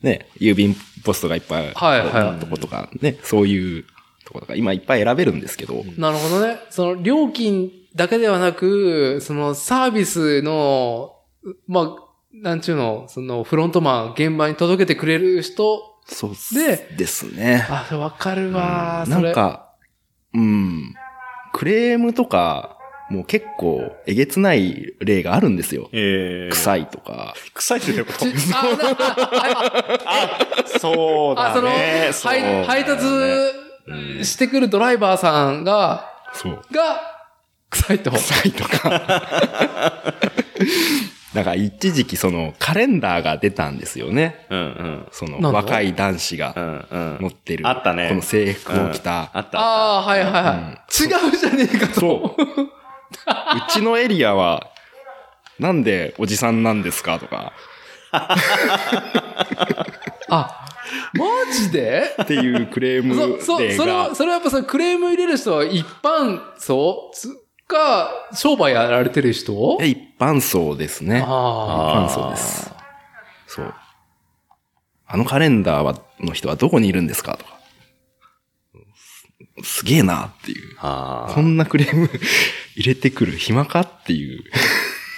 ね、郵便ポストがいっぱいはいあはるとことか、ね、そういうとことか、今いっぱい選べるんですけど、い。なるほどね。その料金だけではなく、そのサービスの、まあ、なんちゅうの、そのフロントマン、現場に届けてくれる人、そうっすでですね。あ、わかるわ、うんそなれ。んか、うん、クレームとか、もう結構えげつない例があるんですよ。えー、臭いとか。臭いってどういうこちとあなあ そうあ、だその、ね。配そう配達してくるドライバーさんが、そう。が、臭いと。臭いと か。なんか一時期そのカレンダーが出たんですよね。うんうん。そなんだの若い男子うがんうん。持ってる。あったね。この制服を着うんあた。った。ああ、はいはいはい。違うじゃねえかと。そう。うちのエリアは、なんでおじさんなんですかとか、あ、マジでっていうクレーム そ、そ、例それがは、。それはやっぱそのクレーム入れる人は一般層つか、商売やられてる人え一般層ですね。ああ。ー一般層です。そう。あのカレンダーは、の人はどこにいるんですかとか。すすげえなっていう。あこーんなクレーム 入れてくる暇かっていう。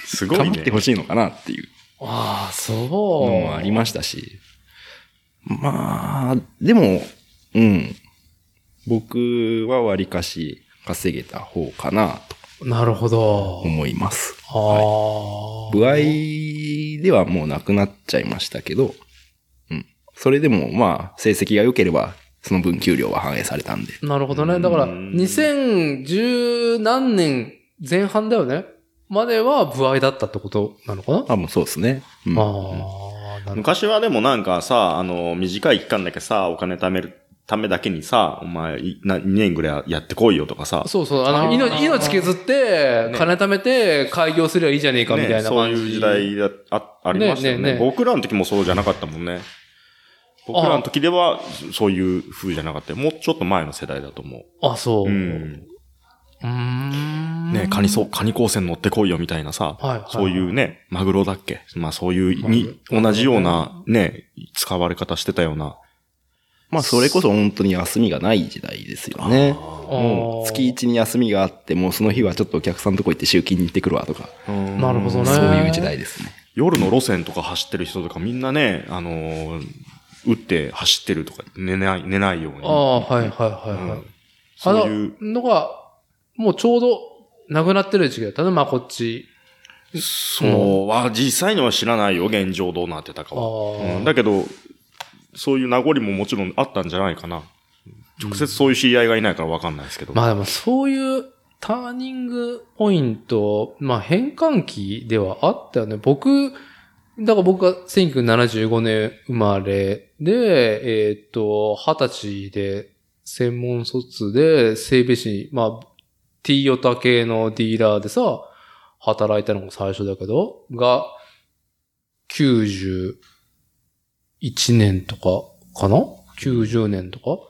すごい頑張っねて。ほしいのかなっていうああ、そのう。もありましたし。まあ、でも、うん。僕は割かし稼げた方かなとなるほど。思います。ああ。部合ではもうなくなっちゃいましたけど、うん。それでもまあ、成績が良ければ、その分給料は反映されたんで。なるほどね。だから、うん2010何年前半だよねまでは部合だったってことなのかな、あ、もうそうですね。うん、ああ、なるほ昔はでもなんかさ、あの、短い期間だけさ、お金貯めるためだけにさ、お前、いな2年ぐらいやってこいよとかさど。、そうそう、あの、あー命命削って、金貯めて、開業すればいいじゃねえかみたいねなそう感いじ。う時代だあありましたよねねねね僕らの時もそうじゃなかったもんね。僕らの時では、そういう風じゃなかったよもうちょっと前の世代だと思あ、そう。う。う。うんーん。ね、カニそう、カニ光線乗ってこいよみたいなさ、はいはいそういうね、マグロだっけまあそういう、に、マグロ同じようなね、使われ方してたような。まあ、それこそ本当に休みがない時代ですよね。もう月一に休みがあって、もうその日はちょっとお客さんのとこ行って集金に行ってくるわとか、なるほどね。そういう時代です ね。夜の路線とか走ってる人とかみんなね、あのー打って走ってるとか、寝ない、寝ないように。ああ、はいはいはいはういん。そういうあののが、もうちょうど、なくなってる時期だったね、まあこっち。そうは、実際には知らないよ、現状どうなってたかあは。ーうんだけど、そういう名残ももちろんあったんじゃないかな。直接そういう知り合いがいないからわかんないですけど。まあでもそういうターニングポイント、まあ変換期ではあったよね。僕だから僕が1975年生まれで、えーっと、20歳で専門卒で、整備士、まあ、T ヨタ系のディーラーでさ、働いたのも最初だけど、が、91年とかかな ?90 年とかの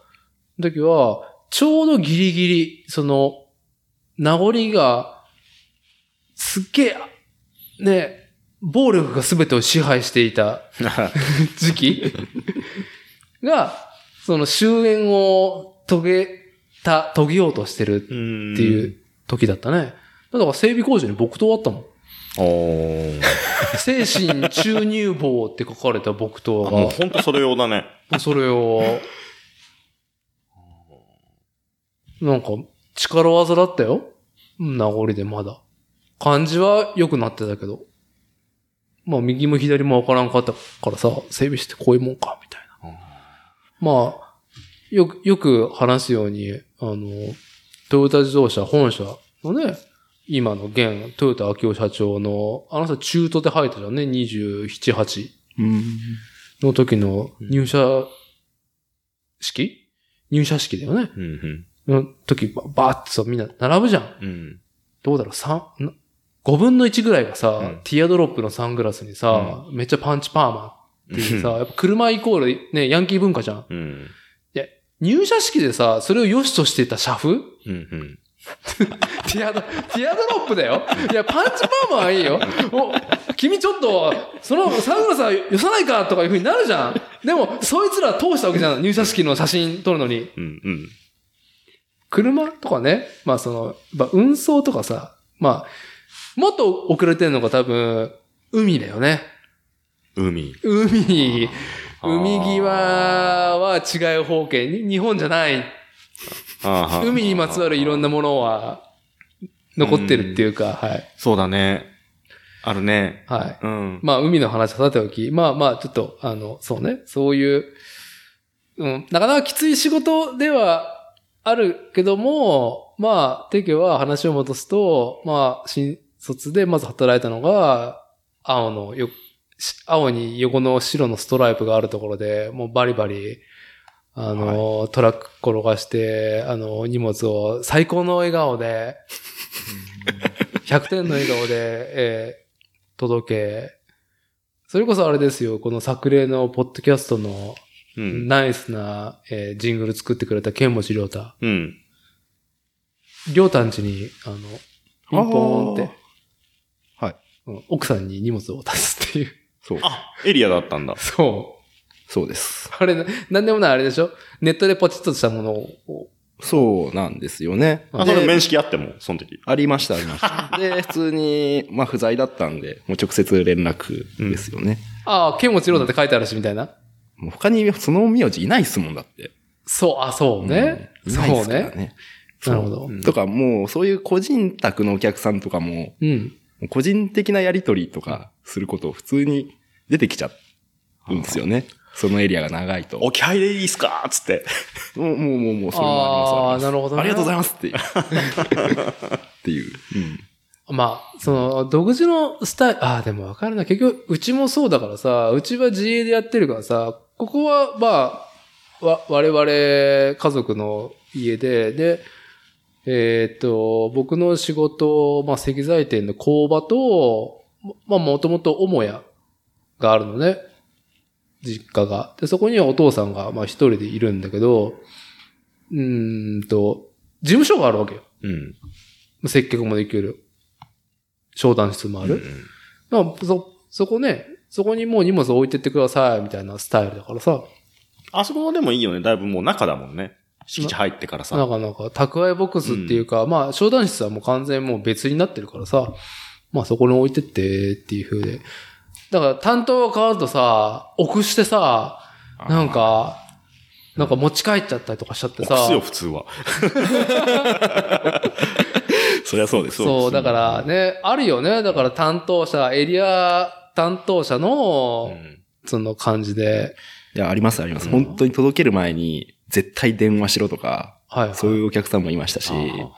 時は、ちょうどギリギリ、その、名残が、すっげえ、ね、暴力が全てを支配していた 時期が、その終焉を遂げた、遂げようとしてるんっていう。時だったね。だから整備工場に木刀あったもん。おー。精神注入棒って書かれた木刀あ、もうがほんとそれ用だね。、それを、なんか力技だったよ。名残でまだ。漢字は良くなってたけど。まあ右も左もわからんかったからさ、整備してこういうもんか、みたいな。まあ、よく、よく話すように、あの、トヨタ自動車本社のね、今の現、トヨタ秋夫社長の、あの人中途で入ったじゃんね、27、8うん。の時の入社式、入社式だよね。うん、うん。の時、ばばーっとさみんな並ぶじゃん。うん。どうだろう、三、な5分の1ぐらいがさ、うんティアドロップのサングラスにさ、めっちゃパンチパーマっていうさ、やっぱ車イコールね、ヤンキー文化じゃん。うん。入社式でさ、それを良しとしていた社風うん、うん。ティアド、ティアドロップだよ。いや、パンチパーマはいいよ。お、君ちょっと、そのサングラスはよさないかとかいう風になるじゃん。でも、そいつら通したわけじゃん。入社式の写真撮るのに。うん、うん。車とかね、まあその、まあ運送とかさ、まあ、もっと遅れてるのが多分、海だよね。海。海、あー海際は違う方形に、日本じゃない。あ海にまつわるいろんな。なものは、残ってるっていうか、はい。そうだね。あるね。はい。うん。まあ、海の話はさておき、まあまあ、ちょっと、あの、そうね、そういう、うん、なかなかきつい仕事ではあるけども、まあ、テケは話を戻すと、まあ、新卒でまず働いたのが、青のよ、し青に横の白のストライプがあるところで、もうバリバリ、あの、トラック転がして、あの、荷物を最高の笑顔で、100点の笑顔で、えー届け、それこそあれですよ、この作例のポッドキャストのうん。ナイスな、えージングル作ってくれた剣持良太。うん。良太んちに、あの、ピンポーンって、あーはいうん奥さんに荷物を渡すっていう。そう。あ、エリアだったんだ。そう。そうです。 あれな、なんでもないあれでしょネットでポチッとしたものを。そうなんですよね。あ、それ面識あっても、その時。ありました、ありました。で、普通に、まあ、不在だったんで、もう直接連絡ですよね。ああ、剣持良太って書いてあるし、みたいな。もう他に、その名字いないっすもんだって。そう、あ、そうね。うんいそないっうすからね。ね。なるほどそううんとか、もう、そういう個人宅のお客さんとかも、うん。個人的なやりとりとかすること、普通に出てきちゃうんですよね。そのエリアが長いと。お気配でいいっすかつって。もう、もう、もう、もう、それもあります。あーなるほどねありがとうございますっていう。 っていう。うんまあ、その、独自のスタイル、ああ、でもわかるな。結局、うちもそうだからさ、うちは自営でやってるからさ、ここは、まあ、わ、我々、家族の家で、で、えーっと、僕の仕事、まあ、石材店の工場と、まあ、もともと母屋があるのね。実家が。で、そこにはお父さんが、まあ、一人でいるんだけど、うーんと、事務所があるわけよ。うん。接客もできる。商談室もあある。まあ、そ、そこね、そこにもう荷物置いてってください、みたいなスタイルだからさ、あそこはでもいいよね。だいぶもう中だもんね。敷地入ってからなさ。んかなんか、宅配ボックスっていうか、まあ、商談室はもう完全にもう別になってるからさ、まあそこに置いてって、っていう風で。だから担当が変わるとさ、臆してさ、なんか、なんか持ち帰っちゃったりとかしちゃっておさ、くすよ、普通 は。そりゃそうです。そう、だからね、あるよね。だから担当者、エリア担当者の、うんその感じで、いや、あります、あります。本当に届ける前に、絶対電話しろとか、はい、はい。そういうお客さんもいましたし、あー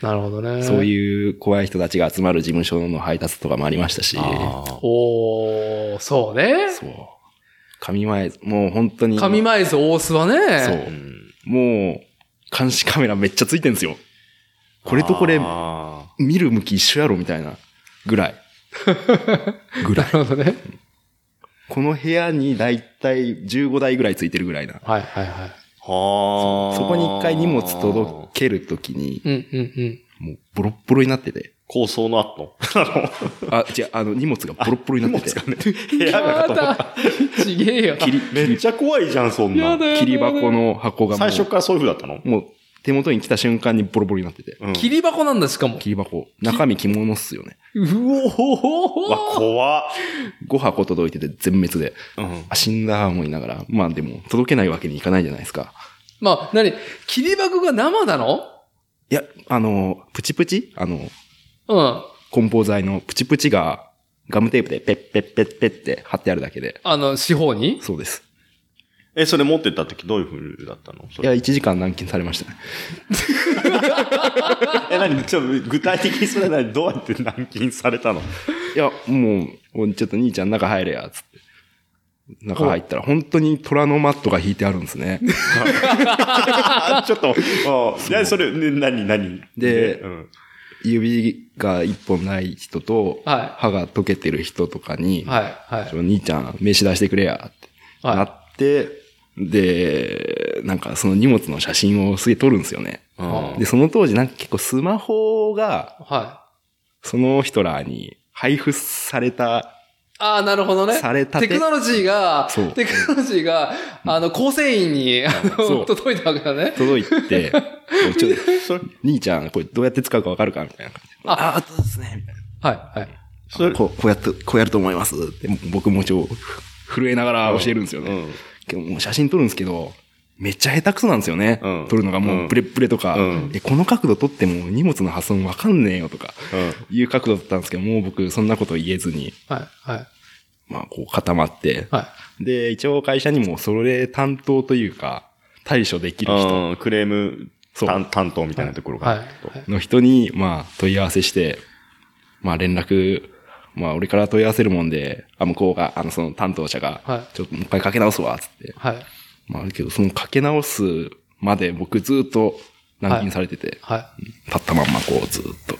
なるほどね。そうう。いう怖い人たちが集まる事務所の配達とかもありましたし、おー、そうね。そう。神前、もう本当に。神前図大須はね。そうう。んもう、監視カメラめっちゃついてんですよ。これとこれ、あ見る向き一緒やろみたいなぐ らい。ぐらい。なるほどね。この部屋にだいたい15台ぐらいついてるぐらいな。はいはいはい。ーはあ。そこに一回荷物届けるときに、うんうんうん。もうボロッボロになってて。構想の 後の。あの、あ、違う、あの、荷物がボロッボロになってて。部屋がと思った。た。ちげえ よ。切り、めっちゃ怖いじゃん、そんやなだ。よ。切り箱。の箱がも最初う、からそういう風だったのもう手元に来た瞬間にボロボロになってて。うん切り箱なんだ、しかも。切り箱。中身着物っすよね。うおほほうわ、ほ怖っ。 5箱届いてて全滅で。うんあ、死んだ思いながら。まあでも、届けないわけにいかないじゃないですか。まあ、なに、切り箱が生なのいや、あの、プチプチあの、うん。梱包材のプチプチがガムテープでペッペッペッペッって貼ってあるだけで。あの、四方にそうです。え、それ持ってった時どういう風だったのそいや、れ1時間軟禁されましたね。え、何ちょ、具体的にそれ何どうやって軟禁されたのいや、もうおい、ちょっと兄ちゃん中入れや、つって。中入ったら、本当に虎のマットが引いてあるんです ね。あ ちょっと、うんいや、それ、ね、何、何でうん指が一本ない人と、はい歯が溶けてる人とかに、はい、はいち。ょ兄ちゃん、飯出してくれや、ってはいなって、で、なんかその荷物の写真をすげえ撮るんですよね。うんで、その当時なんか結構スマホが、はい。その人らに配布された、ああ、なるほどね。されたてテクノロジーがそう、テクノロジーが、あの、構成員に、あその、う届いたわけだね。届い て、そうちょっと兄ちゃん、これどうやって使うかわかるかみたいな感じで。ああ、そうですね、みたいな。はい、はい。それ、こう、こうやって、こうやると思います。でも僕もちょ、震えながら教えるんですようね。んけどもう写真撮るんですけど、めっちゃ下手くそなんですよね。うん撮るのがもうブレッブレとか、うんえ、この角度撮っても荷物の破損わかんねえよとか、いう角度だったんですけど、もう僕そんなこと言えずに、はい、はい。まあこう固まって、はい。で、一応会社にもそれ担当というか、対処できる人うん。クレームそう担担当みたいなところがはあい。るはいと。の人に、まあ問い合わせして、まあ連絡、まあ俺から問い合わせるもんで、あ、向こうが、あのその担当者が、はいちょっともう一回かけ直すわ、つって。はい。まああるけど、そのかけ直すまで僕ずっと軟禁されてて、はい。立ったまんまこうずっと。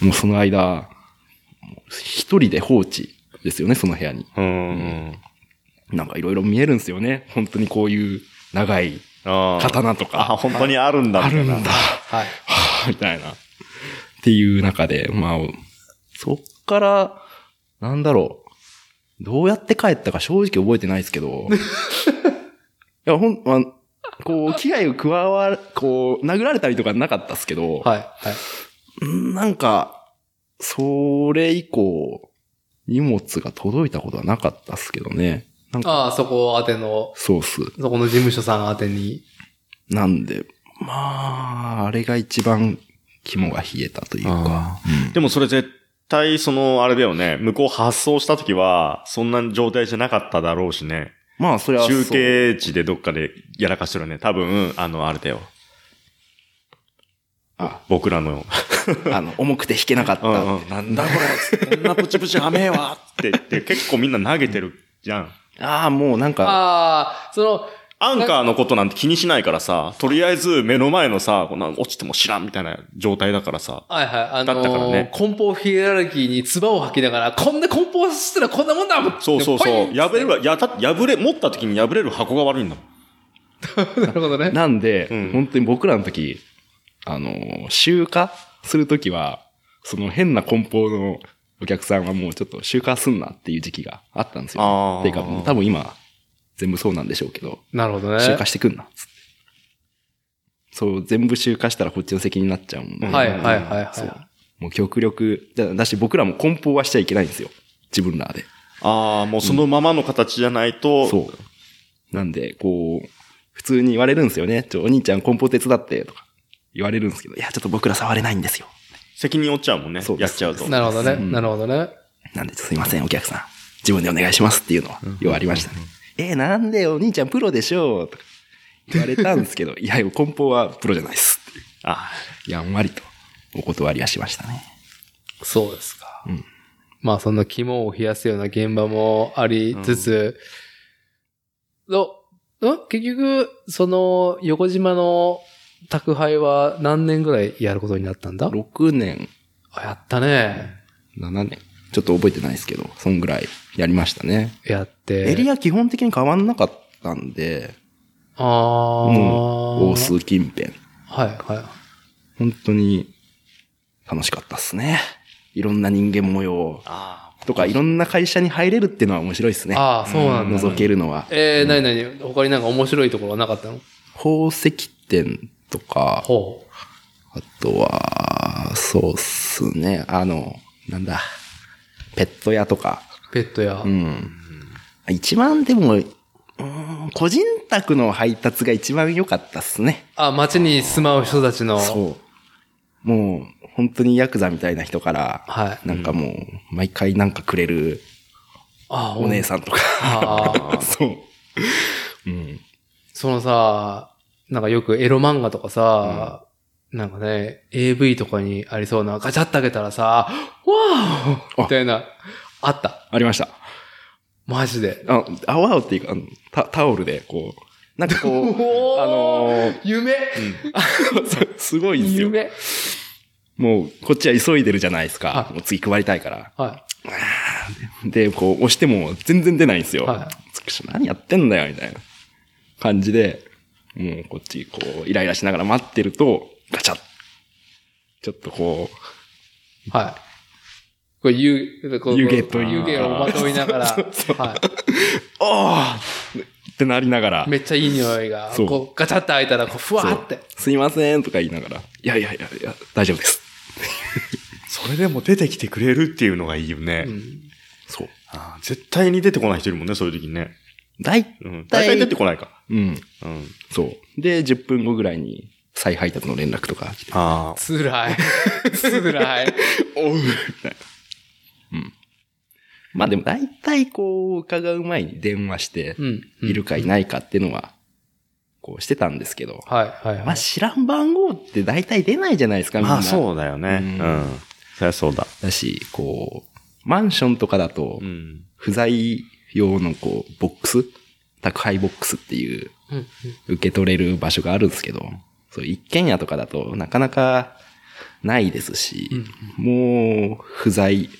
もうその間、もう一人で放置ですよね、その部屋に。うん。なんかいろいろ見えるんですよね。本当にこういう長いあー刀とあ、か。本当にあるんだ。あるんだ。はい。はぁみたいな。っていう中で、まあ、そっから、なんだろう。どうやって帰ったか正直覚えてないです けど。いや、ほん、まあ、こう、危害を加わ、こう、殴られたりとかなかったっすけど、はい。はい。うんなんか、それ以降、荷物が届いたことはなかったっすけどね。なんか、ああ、そこ宛ての、そうっす。そこの事務所さん宛てに。なんで、まあ、あれが一番肝が冷えたというか。でもそれ絶対、その、あれだよね。向こう発送した時は、そんな状態じゃなかっただろうしね。まあ、それはそう中継地でどっかでやらかしてるね。多分、あの、あれだよ。あ、僕らの。あの、重くて弾けなかった。うんうんなんだこれ。こんなプチプチやめえわって言って、結構みんな投げてるじゃん。ああ、もうなんか、ああ、その、アンカーのことなんて気にしないからさ、とりあえず目の前のさ、こんな落ちても知らんみたいな状態だからさ。はいはい。あだったからのねー、梱包ヒエラルキーに唾を吐きながら、こんな梱包したらこんなもんだもんそうそうそう。や破れるわ、やた、破れ、持った時に破れる箱が悪いんだもん。 なるほどね。なんで、うん本当に僕らの時、あのー、集荷する時は、その変な梱包のお客さんはもうちょっと集荷すんなっていう時期があったんですよ。あーっていうか、もう多分今、全部そうなんでしょうけど、なるほどね。集荷してくんなっつって。そう、全部集荷したらこっちの責任になっちゃうもんね。はいはいはいはい。そうもう極力、だだし僕らも梱包はしちゃいけないんですよ。自分らで。ああ、もうそのままの形じゃないと、そう。なんで、こう、普通に言われるんですよね。ちょ、お兄ちゃん梱包手伝って、とか言われるんですけど、いや、ちょっと僕ら触れないんですよ。責任負っちゃうもんねそう。でやすっちゃうと。なるほどね。うんなるほどね。なんで、すいません、お客さん。自分でお願いしますっていうのは、ようありましたね。えーなんでお兄ちゃんプロでしょう とか言われたんですけど、いや、梱包はプロじゃないです。あやんわりと。お断りはしましたね。そうですか。うんまあその肝を冷やすような現場もありつつ、のん結局、その横島の宅配は何年ぐらいやることになったんだ6年、あやったね。 7年、ちょっと覚えてないですけど、そんぐらいやりましたね。やって。エリア基本的に変わんなかったんで、ああ。大数近辺。はいはい。本当に楽しかったっすね。いろんな人間模様ああ。とか、いろんな会社に入れるっていうのは面白いですね。ああ、そうなんだ。覗けるのは。えー、なになに他になんか面白いところはなかったの宝石店とか、ほう。あとは、そうっすね。あの、なんだ。ペット屋とか。ペットや。うん。一番でも、うーん個人宅の配達が一番良かったっすね。あ、街に住まう人たちの。そう。もう、本当にヤクザみたいな人から、はいなんかもう、毎回なんかくれるあ、お姉さん。さんとか。ああ。そう。うん。そのさ、なんかよくエロ漫画とかさ、なんかね、AV とかにありそうなガチャって開けたらさ、わーみたいな、あった。ありました。マジで。あ、あわおっていうか、あのタタオルで、こう、なん かこう、おーあの夢 ーすごいんですよ。夢もう、こっちは急いでるじゃないですかは。いもう次配りたいから。はで、こう、押しても全然出ないんですよ。はつくし何やってんだよ、みたいな感じで、もうこっち、こう、イライラしながら待ってると、ガチャッ。ちょっとこい。はい。これ、湯、こう湯気というか湯気をまといなが ら、はう、ああってなりながらい。、めっちゃいい匂いが、そうこう、ガチャって開いたら、こう、ふわーって。すいませんとか言いながら、いやいやいやいや、大丈夫です。それでも出てきてくれるっていうのがいいよね。うんそう。あー絶対に出てこない人いるもんね、そういう時にね。大、うん。大体出てこないか。うん。うん。そう。で、10分後ぐらいに再配達の連絡とか来て、ああ。 辛い。辛い。おうみたいな。うん。まあでも大体こう、伺う前に電話してう、ん。いるかいないかっていうのは、こうしてたんですけど、はい、はい、はい。まあ知らん番号って大体出ないじゃないですか、みんな。まあそうだよね。うんうん。そりゃそうだ。だし、こう、マンションとかだとう、ん。不在用のこう、ボックス宅配ボックスっていう、うんうん受け取れる場所があるんですけど、そう、一軒家とかだとなかなかないですし、もう、不在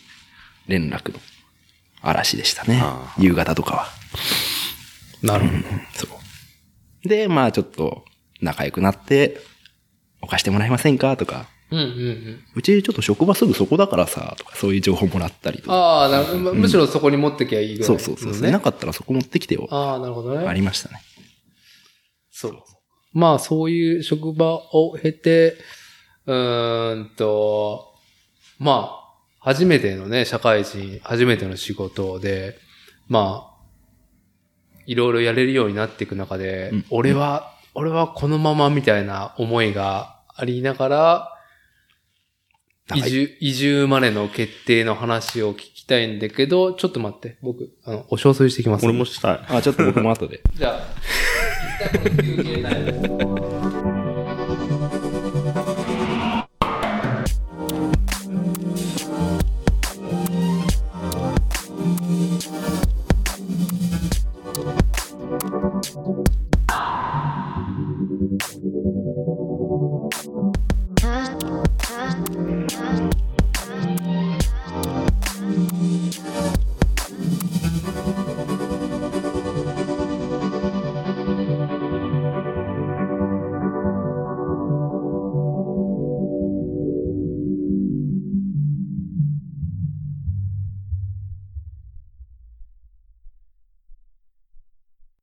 連絡の嵐でしたねあ。夕方とかは。なるほど。そう。で、まあちょっと仲良くなって、お貸してもらえませんかとか、うんうんうん。うちちょっと職場すぐそこだからさ、とかそういう情報もらったりとか。ああ、なるほどむむしろそこに持ってきゃいいぐらい、そうそうそうそう。ねな。かったらそこ持ってきてよ。ああ、なるほどね。ありましたね。そう。まあ、そういう職場を経て、うーんと、まあ、初めてのね、社会人、初めての仕事で、まあ、いろいろやれるようになっていく中で、うん俺は、俺はこのままみたいな思いがありながら、移はい住、移住までの決定の話を聞きたいんだけど、ちょっと待って、僕、あの、お憔悴してきます。俺もしたい。 あ、ちょっと僕も後で。じゃあ、一旦この休憩タイム